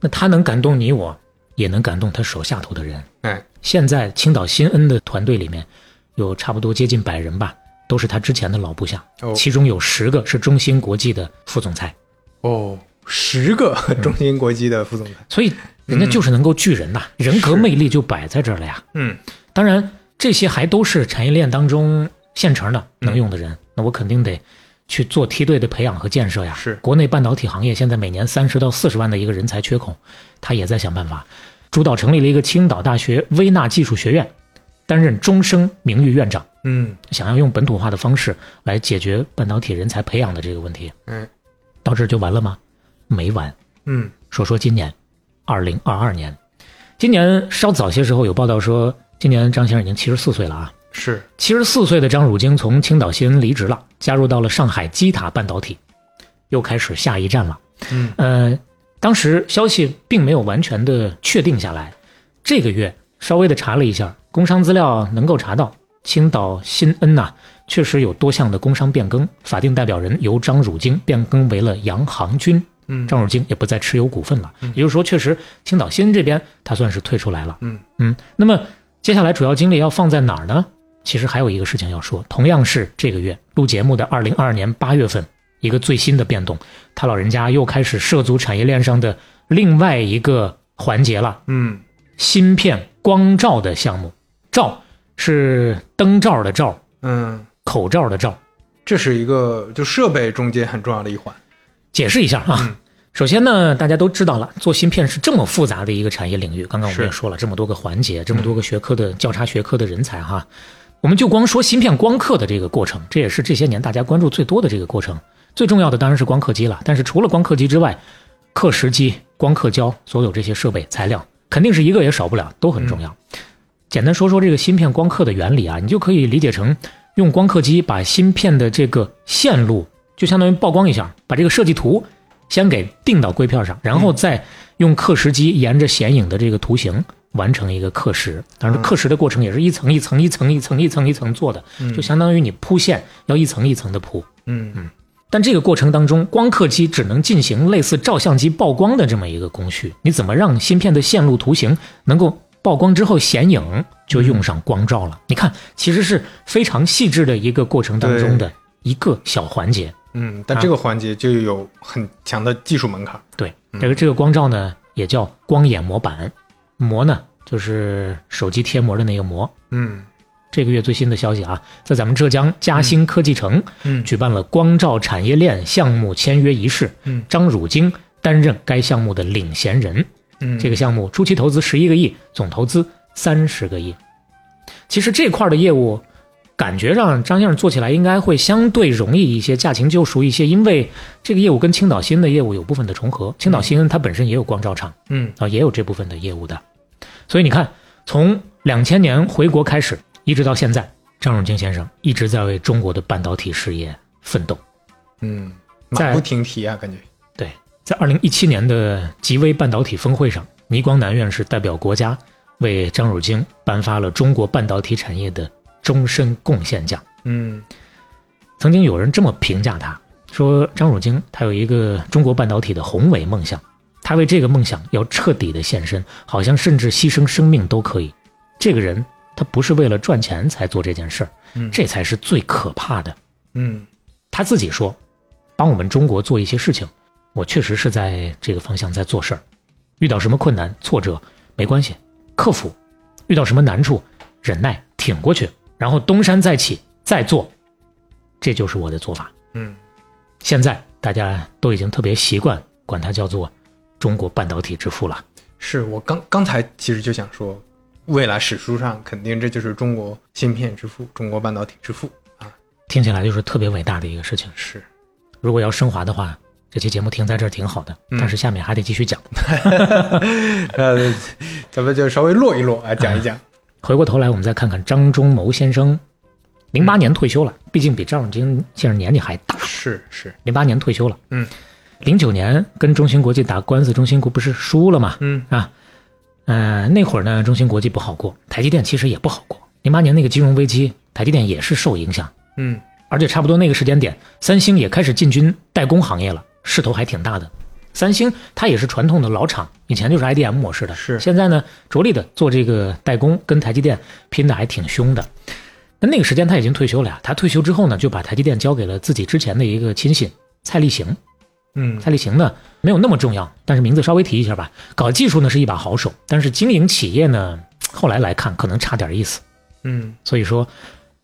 那他能感动你我，也能感动他手下头的人。哎，现在青岛新恩的团队里面，有差不多接近百人吧，都是他之前的老部下，哦其中有十个是中芯国际的副总裁，哦，十个嗯中芯国际的副总裁，所以人家就是能够聚人呐、人格魅力就摆在这儿了呀。嗯当然，这些还都是产业链当中现成的能用的人，那我肯定得去做梯队的培养和建设呀。是国内半导体行业现在每年三十到四十万的一个人才缺口，他也在想办法。朱导成立了一个青岛大学微纳技术学院，担任终生名誉院长，嗯想要用本土化的方式来解决半导体人才培养的这个问题。哎到这儿就完了吗？没完。嗯说说今年，二零二二年，今年稍早些时候有报道说，今年张先生已经七十四岁了啊。是七十四岁的张汝京从青岛新离职了，加入到了上海基塔半导体，又开始下一站了。嗯呃，当时消息并没有完全的确定下来，这个月稍微的查了一下，工商资料能够查到，青岛新恩呐、确实有多项的工商变更，法定代表人由张汝京变更为了杨航军，嗯张汝京也不再持有股份了，也就是说，确实青岛新这边他算是退出来了。嗯嗯，那么接下来主要精力要放在哪儿呢？其实还有一个事情要说，同样是这个月录节目的二零二二年八月份，一个最新的变动，他老人家又开始涉足产业链上的另外一个环节了嗯——芯片光照的项目。照是灯罩的罩，嗯，口罩的罩。这是一个就设备中间很重要的一环。解释一下啊。首先呢，大家都知道了，做芯片是这么复杂的一个产业领域。刚刚我们也是说了，这么多个环节，这么多个学科的、交叉学科的人才哈，我们就光说芯片光刻的这个过程，这也是这些年大家关注最多的这个过程。最重要的当然是光刻机了，但是除了光刻机之外，刻蚀机、光刻胶，所有这些设备材料，肯定是一个也少不了，都很重要。简单说说这个芯片光刻的原理啊，你就可以理解成用光刻机把芯片的这个线路，就相当于曝光一下，把这个设计图先给定到硅片上，然后再用刻蚀机沿着显影的这个图形完成一个刻蚀。当然，刻蚀的过程也是一层一层一层一层一层一层做的，就相当于你铺线要一层一层的铺。嗯但这个过程当中，光刻机只能进行类似照相机曝光的这么一个工序。你怎么让芯片的线路图形能够曝光之后显影，就用上光照了？你看，其实是非常细致的一个过程当中的一个小环节。嗯，但这个环节就有很强的技术门槛。对，这个这个光照呢，也叫光眼模板，膜呢就是手机贴膜的那个膜。嗯这个月最新的消息啊，在咱们浙江嘉兴科技城，嗯举办了光照产业链项目签约仪式，嗯张汝京担任该项目的领衔人。嗯这个项目初期投资十一个亿，总投资三十个亿。其实这块儿的业务，感觉上张先生做起来应该会相对容易一些，驾轻就熟一些，因为这个业务跟青岛新的业务有部分的重合。青岛新它本身也有光照厂，嗯啊，也有这部分的业务的。所以你看，从两千年回国开始，一直到现在，张汝京先生一直在为中国的半导体事业奋斗。嗯，在马不停蹄啊，感觉。对，在二零一七年的极微半导体峰会上，倪光南院士代表国家为张汝京颁发了中国半导体产业的终身贡献奖。嗯曾经有人这么评价他，说张汝京他有一个中国半导体的宏伟梦想，他为这个梦想要彻底的献身，好像甚至牺牲生命都可以。这个人他不是为了赚钱才做这件事儿，嗯这才是最可怕的。嗯他自己说，帮我们中国做一些事情，我确实是在这个方向在做事儿。遇到什么困难、挫折，没关系，克服，遇到什么难处，忍耐，挺过去，然后东山再起，再做，这就是我的做法。嗯，现在大家都已经特别习惯管它叫做中国半导体之父了。是我刚刚才其实就想说，未来史书上肯定这就是中国芯片之父，中国半导体之父啊，听起来就是特别伟大的一个事情。是如果要升华的话，这期节目停在这儿挺好的，但是下面还得继续讲。呃，咱们就稍微落一落啊，讲一讲。回过头来，我们再看看张忠谋先生，零八年退休了，毕竟比赵永金先生年纪还大。 是是，零八年退休了，嗯，零九年跟中芯国际打官司，中芯国不是输了嘛，嗯啊，呃，那会儿呢，中芯国际不好过，台积电其实也不好过。零八年那个金融危机，台积电也是受影响，嗯而且差不多那个时间点，三星也开始进军代工行业了，势头还挺大的。三星它也是传统的老厂，以前就是 IDM 模式的，是现在呢着力的做这个代工，跟台积电拼的还挺凶的。那那个时间他已经退休了呀，他退休之后呢，就把台积电交给了自己之前的一个亲信蔡立行。嗯蔡立行呢没有那么重要，但是名字稍微提一下吧。搞技术呢是一把好手，但是经营企业呢，后来来看可能差点意思。嗯所以说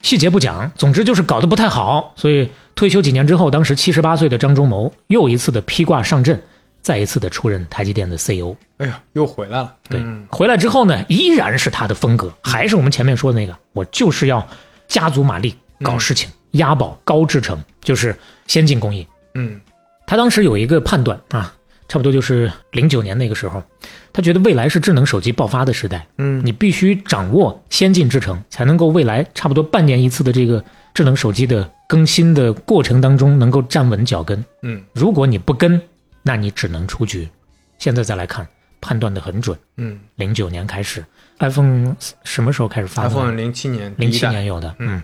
细节不讲，总之就是搞得不太好。所以退休几年之后，当时七十八岁的张忠谋又一次的披挂上阵，再一次的出任台积电的 CEO。哎呀，又回来了。对，嗯回来之后呢，依然是他的风格，还是我们前面说的那个，我就是要家族马力搞事情，押宝高制程，就是先进工艺。嗯他当时有一个判断啊，差不多就是零九年那个时候，他觉得未来是智能手机爆发的时代，嗯你必须掌握先进制程，才能够未来差不多半年一次的这个智能手机的更新的过程当中能够站稳脚跟。嗯如果你不跟，那你只能出局。现在再来看，判断的很准。嗯零九年开始，iPhone 什么时候开始发布的，iPhone 零七年，零七年，有的，嗯嗯，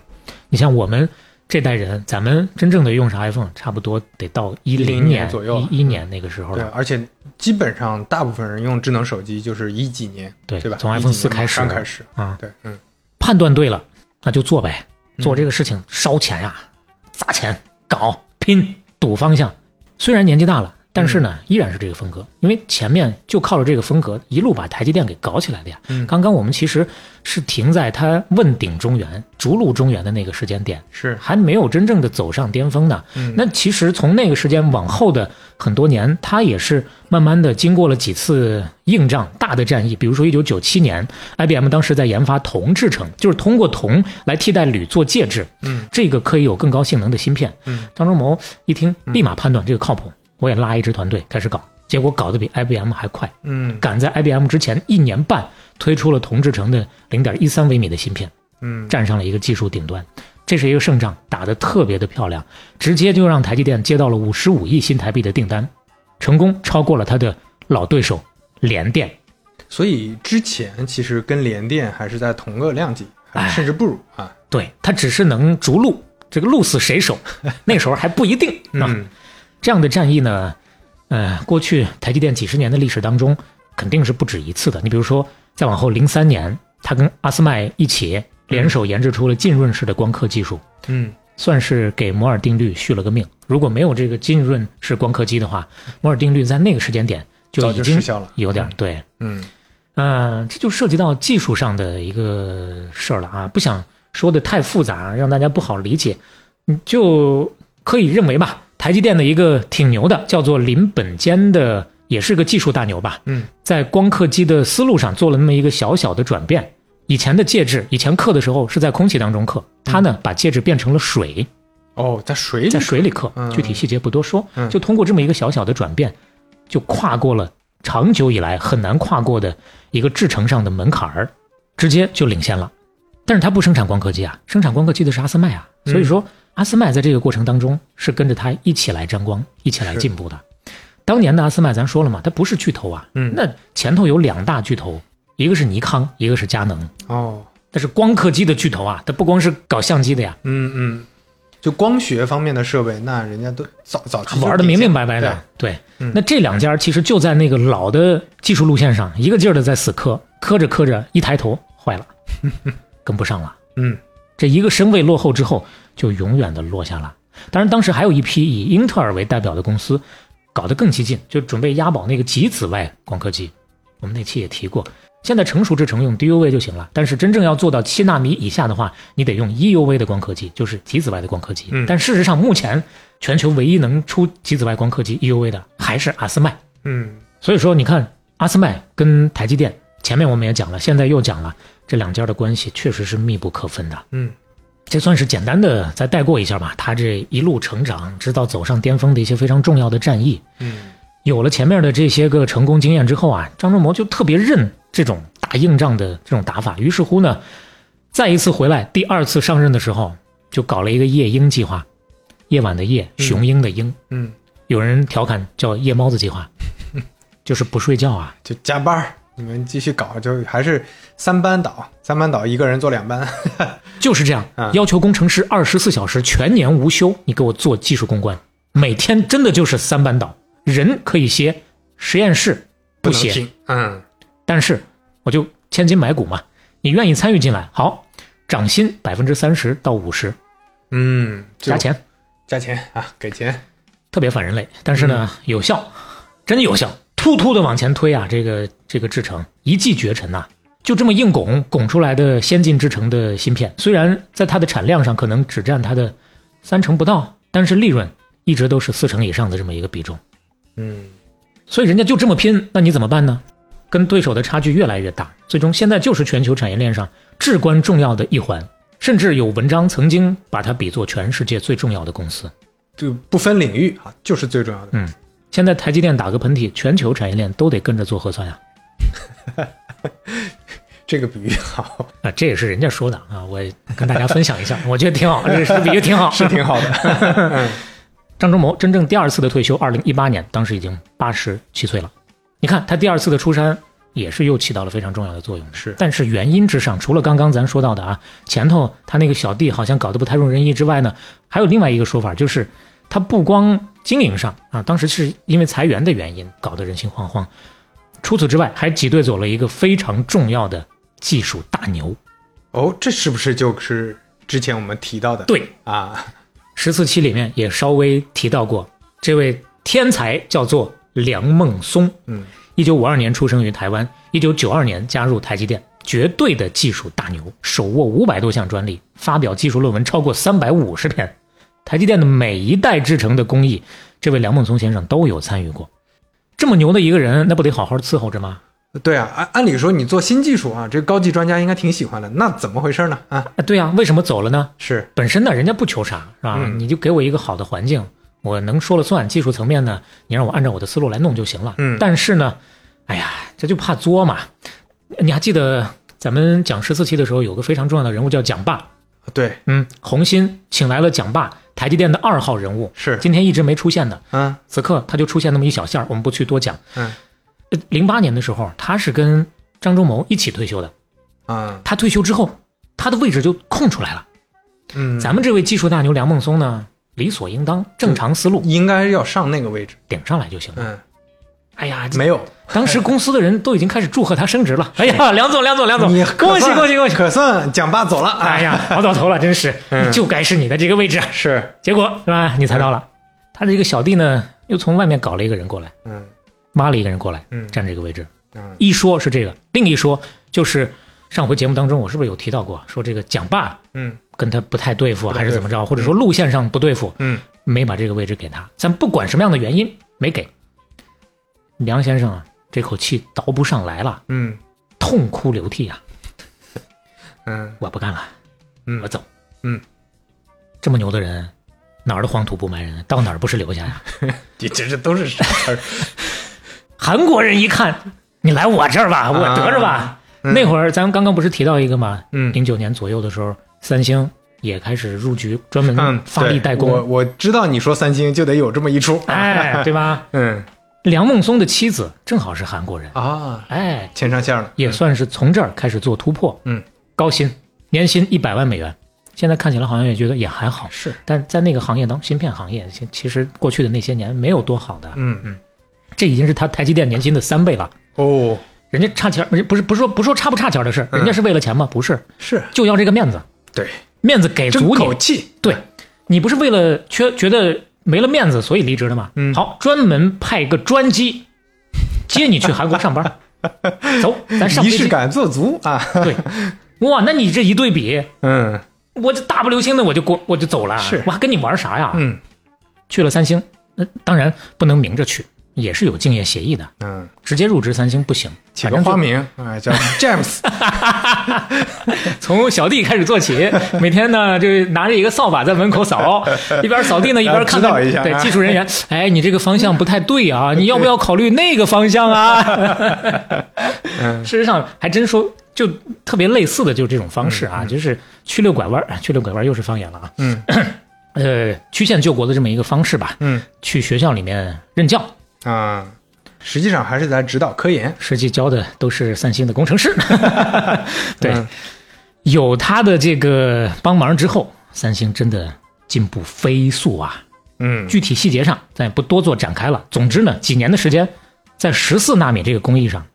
你像我们这代人，咱们真正的用上 iPhone，差不多得到一10零年左右了一一年那个时候对，了，而且基本上大部分人用智能手机就是一几年，对对吧？从一 iPhone 几四年开始马上开始，啊，对，嗯判断对了，那就做呗，嗯做这个事情烧钱呀、砸钱、搞、拼、赌方向。虽然年纪大了，但是嗯呢，依然是这个风格，因为前面就靠着这个风格一路把台积电给搞起来的呀。嗯刚刚我们其实是停在他问鼎中原、逐鹿中原的那个时间点，是，还没有真正的走上巅峰呢。嗯那其实从那个时间往后的很多年，他也是慢慢的经过了几次硬仗、大的战役，比如说一九九七年，IBM 当时在研发铜制程，就是通过铜来替代铝做介质，嗯这个可以有更高性能的芯片。嗯张忠谋一听，立马判断这个靠谱，我也拉一支团队开始搞，结果搞得比 IBM 还快，嗯赶在 IBM 之前一年半推出了铜制程的零点一三微米的芯片。嗯站上了一个技术顶端，这是一个胜仗，打得特别的漂亮，直接就让台积电接到了五十五亿新台币的订单，成功超过了他的老对手联电。所以之前其实跟联电还是在同个量级，还哎甚至不如啊。对他只是能逐鹿，这个鹿死谁手，那时候还不一定。啊嗯这样的战役呢，呃，过去台积电几十年的历史当中，肯定是不止一次的。你比如说，再往后零三年，他跟阿斯麦一起联手研制出了浸润式的光刻技术，嗯算是给摩尔定律续了个命。如果没有这个浸润式光刻机的话，摩尔定律在那个时间点就早已就经失效了有点儿对，嗯嗯、这就涉及到技术上的一个事儿了啊，不想说的太复杂，让大家不好理解，你就可以认为吧，台积电的一个挺牛的，叫做林本坚的，也是个技术大牛吧，嗯在光刻机的思路上做了那么一个小小的转变。以前的介质，以前刻的时候是在空气当中刻，他呢把介质变成了水，哦，在水里在水里刻嗯，具体细节不多说嗯，就通过这么一个小小的转变，就跨过了长久以来很难跨过的一个制程上的门槛儿，直接就领先了。但是它不生产光刻机啊，生产光刻机的是阿斯麦啊，嗯所以说阿斯麦在这个过程当中是跟着它一起来沾光、一起来是进步的。当年的阿斯麦，咱说了嘛，它不是巨头啊，嗯那前头有两大巨头，一个是尼康，一个是佳能。哦，但是光刻机的巨头啊，它不光是搞相机的呀，嗯嗯，就光学方面的设备，那人家都早早期就玩的明明白领白先的。对，嗯那这两家其实就在那个老的技术路线上，一个劲儿的在死磕，磕着磕着，一抬头坏了，跟不上了。对嗯这一个身位落后之后，就永远的落下了。当然，当时还有一批以英特尔为代表的公司，搞得更激进，就准备押宝那个极紫外光刻机。我们那期也提过，现在成熟制程用 DUV 就行了，但是真正要做到七纳米以下的话，你得用 EUV 的光刻机，就是极紫外的光刻机。嗯但事实上，目前全球唯一能出极紫外光刻机 EUV 的还是阿斯麦。嗯所以说，你看阿斯麦跟台积电，前面我们也讲了，现在又讲了，这两家的关系确实是密不可分的。嗯，这算是简单的再带过一下吧。他这一路成长，直到走上巅峰的一些非常重要的战役，嗯，有了前面的这些个成功经验之后啊，张忠谋就特别认这种打硬仗的这种打法。于是乎呢，再一次回来，第二次上任的时候，就搞了一个夜鹰计划，夜晚的夜，嗯雄鹰的鹰。嗯，有人调侃叫夜猫子计划，就是不睡觉啊。就加班儿，你们继续搞，就还是三班倒，三班倒，一个人做两班。就是这样嗯，要求工程师二十四小时全年无休，你给我做技术攻关，每天真的就是三班倒，人可以歇，实验室不能歇，拼，嗯但是我就千金买股嘛，你愿意参与进来，好，涨薪百分之三十到五十，嗯，就加钱，加钱啊，给钱，特别反人类，但是呢，有效，真有效，突突的往前推啊，这个这个制程一骑绝尘呐、就这么硬拱拱出来的先进制程的芯片，虽然在它的产量上可能只占它的三成不到，但是利润一直都是四成以上的这么一个比重，嗯所以人家就这么拼，那你怎么办呢？跟对手的差距越来越大，最终现在就是全球产业链上至关重要的一环，甚至有文章曾经把它比作全世界最重要的公司。就不分领域啊，就是最重要的。嗯，现在台积电打个喷嚏，全球产业链都得跟着做核算呀、这个比喻好， 啊。这也是人家说的啊，我也跟大家分享一下，我觉得挺好，这是比喻挺好。是挺好 的。张忠谋真正第二次的退休，二零一八年，当时已经八十七岁了。你看他第二次的出山，也是又起到了非常重要的作用的。是但是原因之上，除了刚刚咱说到的啊，前头他那个小弟好像搞得不太如人意之外呢，还有另外一个说法，就是他不光经营上啊，当时是因为裁员的原因搞得人心惶惶，除此之外，还挤兑走了一个非常重要的技术大牛。哦，这是不是就是之前我们提到的？对，啊，十四期里面也稍微提到过，这位天才叫做梁孟松，嗯一九五二年出生于台湾，一九九二年加入台积电，绝对的技术大牛，手握五百多项专利，发表技术论文超过三百五十篇。台积电的每一代制成的工艺，这位梁孟松先生都有参与过。这么牛的一个人，那不得好好伺候着吗？对啊，按按理说你做新技术啊，这高级专家应该挺喜欢的，那怎么回事呢？啊，啊，对呀、为什么走了呢？是，本身呢，人家不求啥，是吧？嗯你就给我一个好的环境，我能说了算。技术层面呢，你让我按照我的思路来弄就行了。嗯但是呢，哎呀，这就怕作嘛。你还记得咱们讲十四期的时候，有个非常重要的人物叫蒋爸，对，嗯，红星请来了蒋爸，台积电的二号人物，是，今天一直没出现的，嗯此刻他就出现那么一小下儿，我们不去多讲。呃嗯零八年的时候，他是跟张忠谋一起退休的，啊，他退休之后，他的位置就空出来了。嗯，咱们这位技术大牛梁孟松呢，理所应当，正常思路应该要上那个位置，顶上来就行了。嗯，哎呀，这没有，当时公司的人都已经开始祝贺他升职了。哎呀，梁总，梁总，梁总你，恭喜恭喜恭喜！可算蒋爸走了，啊哎，呀，熬到头了，真是， 嗯就该是你的这个位置啊。是，结果是吧？你猜到了，他的一个小弟呢，又从外面搞了一个人过来，嗯挖了一个人过来嗯占这个位置。嗯一说是这个，另一说就是上回节目当中，我是不是有提到过，说这个蒋爸嗯跟他不太对付，不太还是对怎么着，或者说路线上不对付？嗯，没把这个位置给他，咱不管什么样的原因没给。梁先生啊，这口气倒不上来了，嗯痛哭流涕啊！ 嗯我不干了，嗯我走，嗯，这么牛的人，哪儿的黄土不埋人，啊到哪儿不是留下呀？ 你这这都是啥词儿？韩国人一看，你来我这儿吧，我得着吧。啊嗯那会儿咱刚刚不是提到一个嘛，嗯零九年左右的时候，三星也开始入局，专门嗯，发力对代工，我我知道你说三星就得有这么一出，哎，对吧？嗯梁孟松的妻子正好是韩国人，啊，哎，牵上线了，也算是从这儿开始做突破。嗯，高薪，年薪一百万美元，现在看起来好像也觉得也还好，是，但在那个行业当芯片行业，其其实过去的那些年没有多好的，嗯嗯，这已经是他台积电年薪的三倍了。哦，人家差钱儿，不是不是说不说差不差钱儿的事儿，嗯人家是为了钱吗？不是，是就要这个面子，对，面子给争足口你。气，对，你不是为了缺觉得没了面子所以离职的吗？嗯 好，专门派一个专机接你去韩国上班，走，咱上仪飞机式。感做足 啊，对，哇，那你这一对比，嗯我这大步流星的我就过我就走了，啊是我还跟你玩啥呀？嗯去了三星，那当然不能明着去，也是有竞业协议的，嗯，直接入职三星不行。起反个正就花名 啊，叫 James，从小弟开始做起，每天呢就拿着一个扫把在门口扫，一边扫地呢一边看指导看一 下啊对技术人员，哎，你这个方向不太对啊，你要不要考虑那个方向啊？ 嗯事实上还真说就特别类似的就是这种方式啊，就是曲溜拐弯儿，哎曲溜拐弯儿又是方言了啊，嗯呃，曲线救国的这么一个方式吧，嗯去学校里面任教，啊，实际上还是在指导科研，实际教的都是三星的工程师。 对，嗯有他的这个帮忙之后，三星真的进步飞速啊！嗯具体细节上咱也不多做展开了。总之呢，几年的时间，在十四纳米这个工艺上，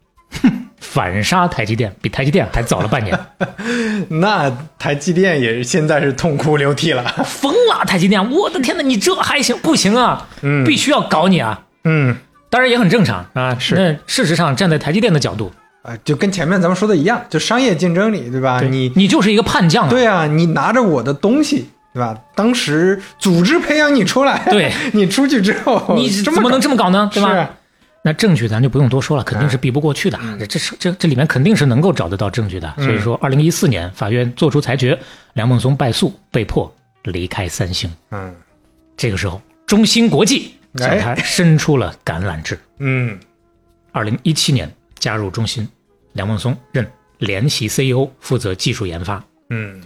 哼，反杀台积电，比台积电还早了半年，那台积电也是现在是痛哭流涕了，疯了！台积电，我的天哪，你这还行不行啊？嗯必须要搞你啊！嗯 当然也很正常啊。是那事实上，站在台积电的角度，嗯啊，就跟前面咱们说的一样，就商业竞争里，对吧？你你就是一个叛将啊。对啊，你拿着我的东西，对吧？当时组织培养你出来，对 你出去之后，你这怎么么能这么搞呢？对吧？是啊那证据咱就不用多说了，肯定是避不过去的。嗯这这是这这里面肯定是能够找得到证据的。所以说，二零一四年法院作出裁决，梁孟松败诉，被迫离开三星。嗯这个时候，中芯国际向哎他伸出了橄榄枝。嗯二零一七年加入中芯，梁孟松任联席 CEO，负责技术研发，嗯，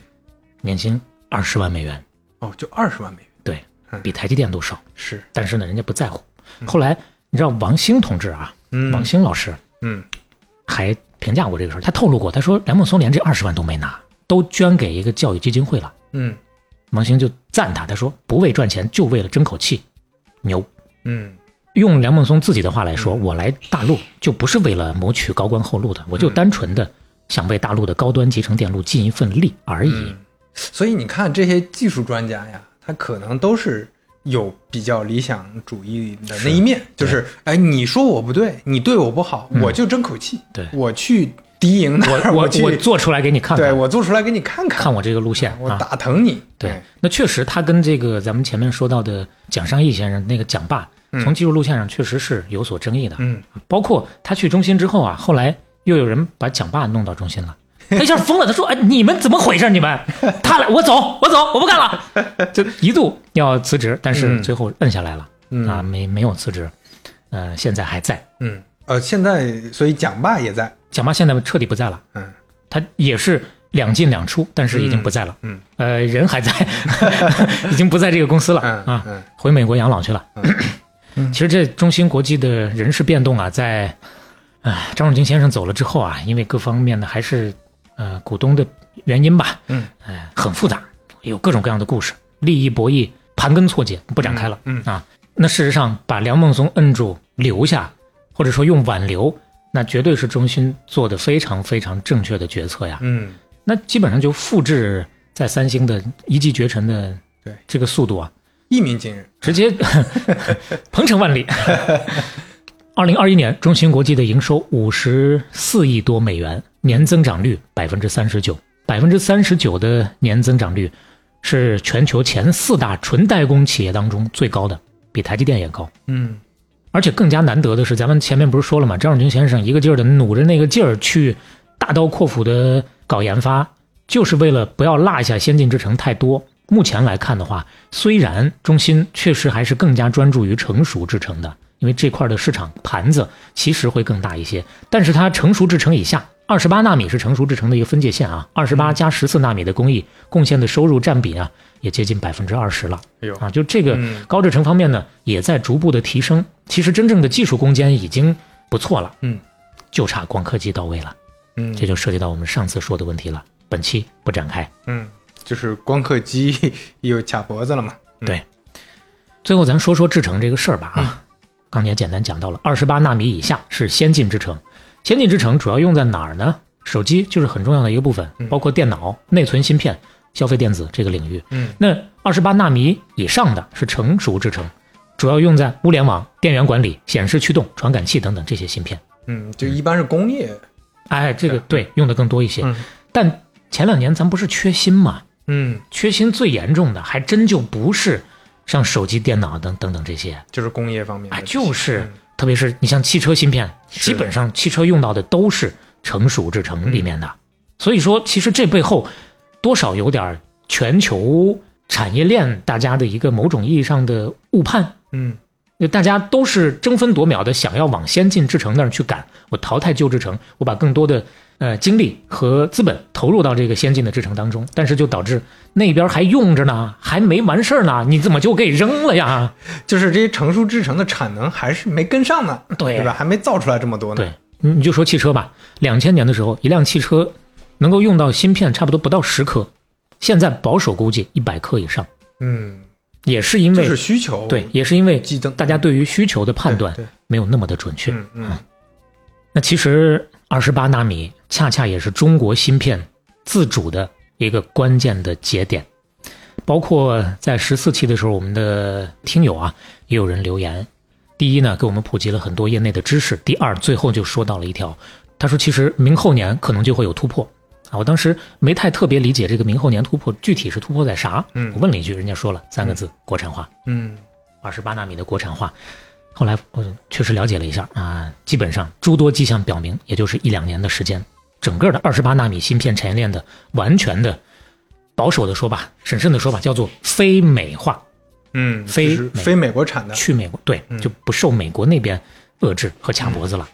年薪二十万美元，哦，就二十万美元对嗯比台积电都少。是，但是呢，人家不在乎。后来你知道王兴同志啊，嗯王兴老师，嗯还评价过这个事儿，他透露过，他说梁孟松连这二十万都没拿，都捐给一个教育基金会了。嗯王兴就赞他，他说不为赚钱，就为了争口气，牛。嗯用梁孟松自己的话来说，我来大陆就不是为了谋取高官厚禄的，我就嗯单纯的想为大陆的高端集成电路尽一份力而嗯已。所以你看这些技术专家呀，他可能都是有比较理想主义的那一面，就是嗯哎，你说我不对，你对我不好，我就争口气，对我去敌营那 儿，我我我去，我做出来给你看对看，我做出来给你看看，看我这个路线我啊。打疼你，哎对，那确实，他跟这个咱们前面说到的蒋尚义先生那个蒋爸，从技术路线上确实是有所争议的。嗯，包括他去中心之后啊，后来又有人把蒋爸弄到中心 了。他一下疯了，他说：“哎，你们怎么回事？你们，他来，我走，我走，我不干 了。”就一度要辞职，但是嗯最后摁下来了、嗯啊，没没有辞职，呃，现在还在。嗯，呃，现在所以蒋爸也在，蒋爸现在彻底不在了，嗯他也是两进两出，但是已经不在了。嗯呃，人还在， 已经不在这个公司了嗯啊，嗯回美国养老去了。 其实这中芯国际的人事变动啊，在唉张仲景先生走了之后啊，因为各方面的还是呃股东的原因吧，嗯，哎，很复杂，有各种各样的故事，利益博弈盘根错节，不展开了。嗯啊，那事实上把梁孟松摁住留下，或者说用挽留，那绝对是中芯做的非常非常正确的决策呀。嗯，那基本上就复制在三星的一骑绝尘的对这个速度啊，一鸣惊人，直接鹏程万里。二零二一年，中芯国际的营收五十四亿多美元，年增长率百分之三十九，百分之三十九的年增长率是全球前四大纯代工企业当中最高的，比台积电也高。嗯而且更加难得的是，咱们前面不是说了吗？张永军先生一个劲儿的努着那个劲儿去大刀阔斧的搞研发，就是为了不要落下先进制程太多。目前来看的话，虽然中芯确实还是更加专注于成熟制程的，因为这块的市场盘子其实会更大一些，但是它成熟制程以下。二十八纳米是成熟制程的一个分界线啊，二十嗯八加十四纳米的工艺贡献的收入占比啊，也接近百分之二十了。哎呦啊，就这个嗯高制程方面呢，也在逐步的提升。其实真正的技术攻坚已经不错了，嗯，就差光刻机到位了。嗯这就涉及到我们上次说的问题了，本期不展开。嗯，就是光刻机 又卡脖子了嘛，嗯最后咱说说制程这个事儿吧啊，刚才也简单讲到了，二十八纳米以下是先进制程，先进制程主要用在哪儿呢？手机就是很重要的一个部分，嗯包括电脑、内存芯片、消费电子这个领域。嗯，那二十八纳米以上的是成熟制程，主要用在物联网、电源管理、显示驱动、传感器等等这些芯片。嗯，就一般是工业，哎，这个对用的更多一些。嗯但前两年咱不是缺芯嘛，嗯，缺芯最严重的还真就不是像手机、电脑等等等这些，就是工业方面的哎，这些，就是特别是你像汽车芯片，嗯是基本上汽车用到的都是成熟制程里面的，所以说其实这背后多少有点全球产业链大家的一个某种意义上的误判。嗯就大家都是争分夺秒的想要往先进制程那儿去赶，我淘汰旧制程，我把更多的呃精力和资本投入到这个先进的制程当中，但是就导致那边还用着呢，还没完事儿呢，你怎么就给扔了呀？嗯，就是这些成熟制成的产能还是没跟上呢，对对吧？还没造出来这么多呢，对，你你就说汽车吧，两千年的时候，一辆汽车能够用到芯片差不多不到十颗，现在保守估计一百颗以上，嗯，也是因就为是需求，对，也是因为激增，大家啊对于需求的判对断对，没有那么的准确。嗯嗯那其实二十八纳米恰恰也是中国芯片自主的一个关键的节点。包括在十四期的时候，我们的听友啊也有人留言。第一呢，给我们普及了很多业内的知识；第二，最后就说到了一条，他说其实明后年可能就会有突破啊。我当时没太特别理解这个明后年突破具体是突破在啥，嗯我问了一句，人家说了三个字：国产化。嗯二十八纳米的国产化。后来我确实了解了一下啊，基本上诸多迹象表明，也就是一两年的时间，整个的二十八纳米芯片产业链的完全的，保守的说吧，审慎的说吧，叫做非美化，嗯，非就是美非美国产的，去美国，对，嗯就不受美国那边遏制和卡脖子了。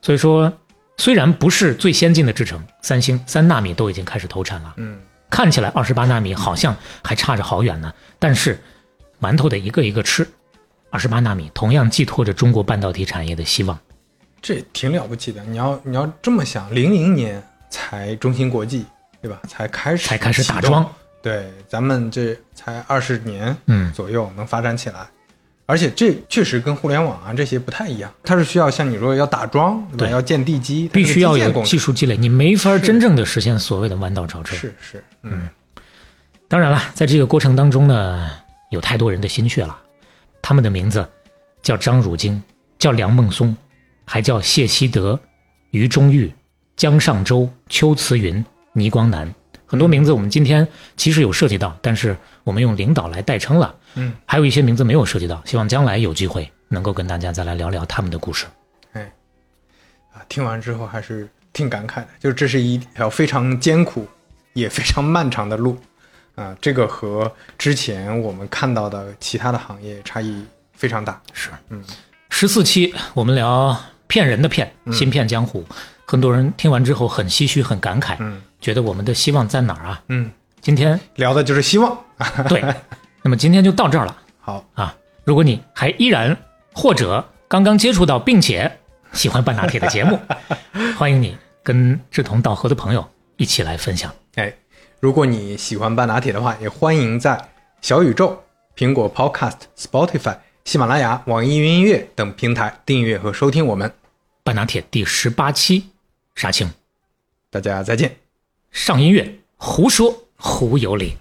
所以说，虽然不是最先进的制程，三星三纳米都已经开始投产了，嗯看起来二十八纳米好像还差着好远呢，但是馒头得一个一个吃。二十八纳米同样寄托着中国半导体产业的希望，这挺了不起的。你要你要这么想，零零年才中芯国际，对吧？才开始才开始打启动桩。对，咱们这才二十年嗯左右能发展起来，而且这确实跟互联网啊这些不太一样，它是需要像你说要打桩，对吧？对要建地基，必须要它是个基建有工技程。术积累，你没法真正的实现所谓的弯道超车。是是，嗯当然了，在这个过程当中呢，有太多人的心血了。他们的名字叫张汝京，叫梁孟松，还叫谢希德、于中玉、江上周、邱慈云、倪光南。很多名字我们今天其实有涉及到，但是我们用领导来代称了。嗯，还有一些名字没有涉及到，希望将来有机会能够跟大家再来聊聊他们的故事。哎，啊，听完之后还是挺感慨的，就是这是一条非常艰苦也非常漫长的路啊，这个和之前我们看到的其他的行业差异非常大。是，嗯，十四期我们聊骗人的骗，嗯芯片江湖，很多人听完之后很唏嘘，很感慨，嗯觉得我们的希望在哪儿啊？嗯，今天 聊的就是希望。对，那么今天就到这儿了好，啊！如果你还依然或者刚刚接触到并且喜欢半拿铁的节 目，欢迎你跟志同道合的朋友一起来分享。哎，如果你喜欢半拿铁的话，也欢迎在小宇宙、苹果 Podcast、Spotify、喜马拉雅、网易云音乐等平台订阅和收听我们。半拿铁第十八期，杀青大家再见。上音乐，胡说胡有理。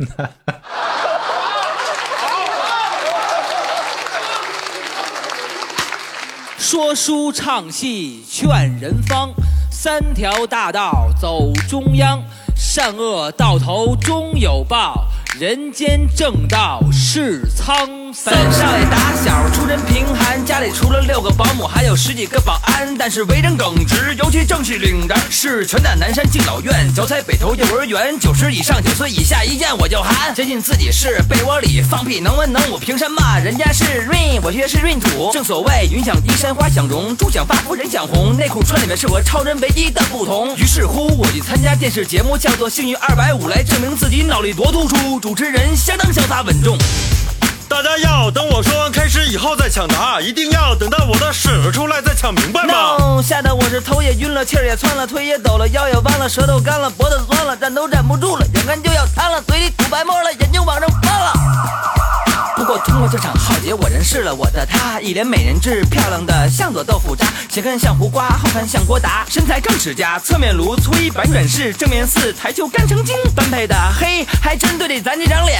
说书唱戏劝人方，三条大道走中央，善恶到头终有报，人间正道是沧桑三。上来打小出身贫寒，家里除了六个保姆，还有十几个保安，但是为人耿直，尤其正气凛然，是拳打南山敬老院，脚踩北头幼儿园，九十以上九岁以下一见我就喊，坚信自己是被窝里放屁能文能武，凭什么人家是 rain，我却是 rain 土？正所谓云想衣衫花想容，猪想发肤人想红，内裤穿里面是我超人唯一的不同。于是乎，我去参加电视节目，叫做《幸运二百五》，来证明自己脑力多突出。主持人相当潇洒稳重。大家要等我说完开始以后再抢答，一定要等到我的屎出来再抢明白吗？ no，吓得我是头也晕了，气儿也窜了，腿也抖了，腰也弯了，舌头干了，脖子酸了，站都站不住了，眼看就要瘫了，嘴里吐白沫了，眼睛往上翻了。不过通过这场浩劫，我认识了我的她，一脸美人痣，漂亮的像朵豆腐渣，前看像胡瓜，后看像郭达，身材更持家，侧面如粗衣板卷式，正面似台球干成精，般配的嘿，还真对得咱这张脸。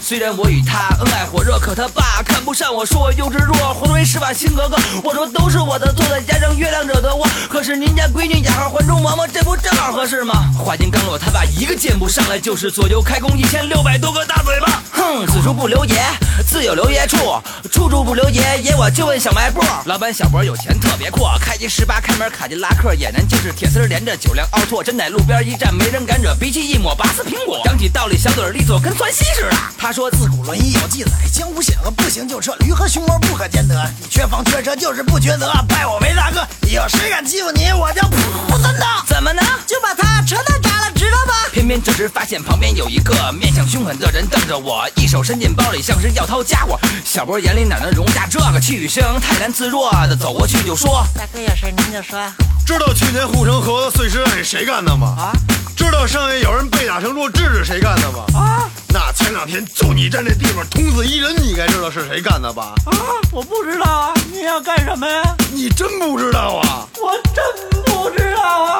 虽然我与他恩爱火热，可他爸看不上我，说我幼稚弱，浑为是把亲格格。我说都是我的错，再加上月亮惹的祸。可是您家闺女雅号环中王吗？这不正好合适吗？话音刚落，他爸一个箭步上来就是左右开弓一千六百多个大嘴巴。哼，此处不留爷，自有留爷处，处处不留爷，爷我就问小卖部。老板小博有钱特别阔，开一十八开门卡迪拉克，眼นั้น就是铁丝连着，酒量奥拓，真乃路边一站没人敢惹，鼻涕一抹拔丝苹果，讲起道理小嘴儿利索跟窜稀似的。他说自自古论医有记载，江湖险恶不行就撤，驴和熊猫不可兼得。你缺房缺车就是不缺德，拜我为大哥。你要谁敢欺负你，我就噗三刀，怎么呢？就把他扯蛋砸了，知道吧？偏偏这时发现旁边有一个面相凶狠的人瞪着我，一手伸进包里像是要掏家伙。小博眼里哪能容下这个去，宣扬泰然自若的走过去就说。大哥有事您就说。知道去年护城河的碎尸案是谁干的吗？啊，知道上月有人被打成弱智是谁干的吗？啊那前两天就你站这地方捅死一人，你应该知道是谁干的吧？啊！我不知道啊，您要干什么呀？你真不知道啊？我真不知道啊。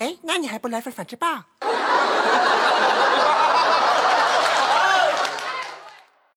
哎，那你还不来份反制霸？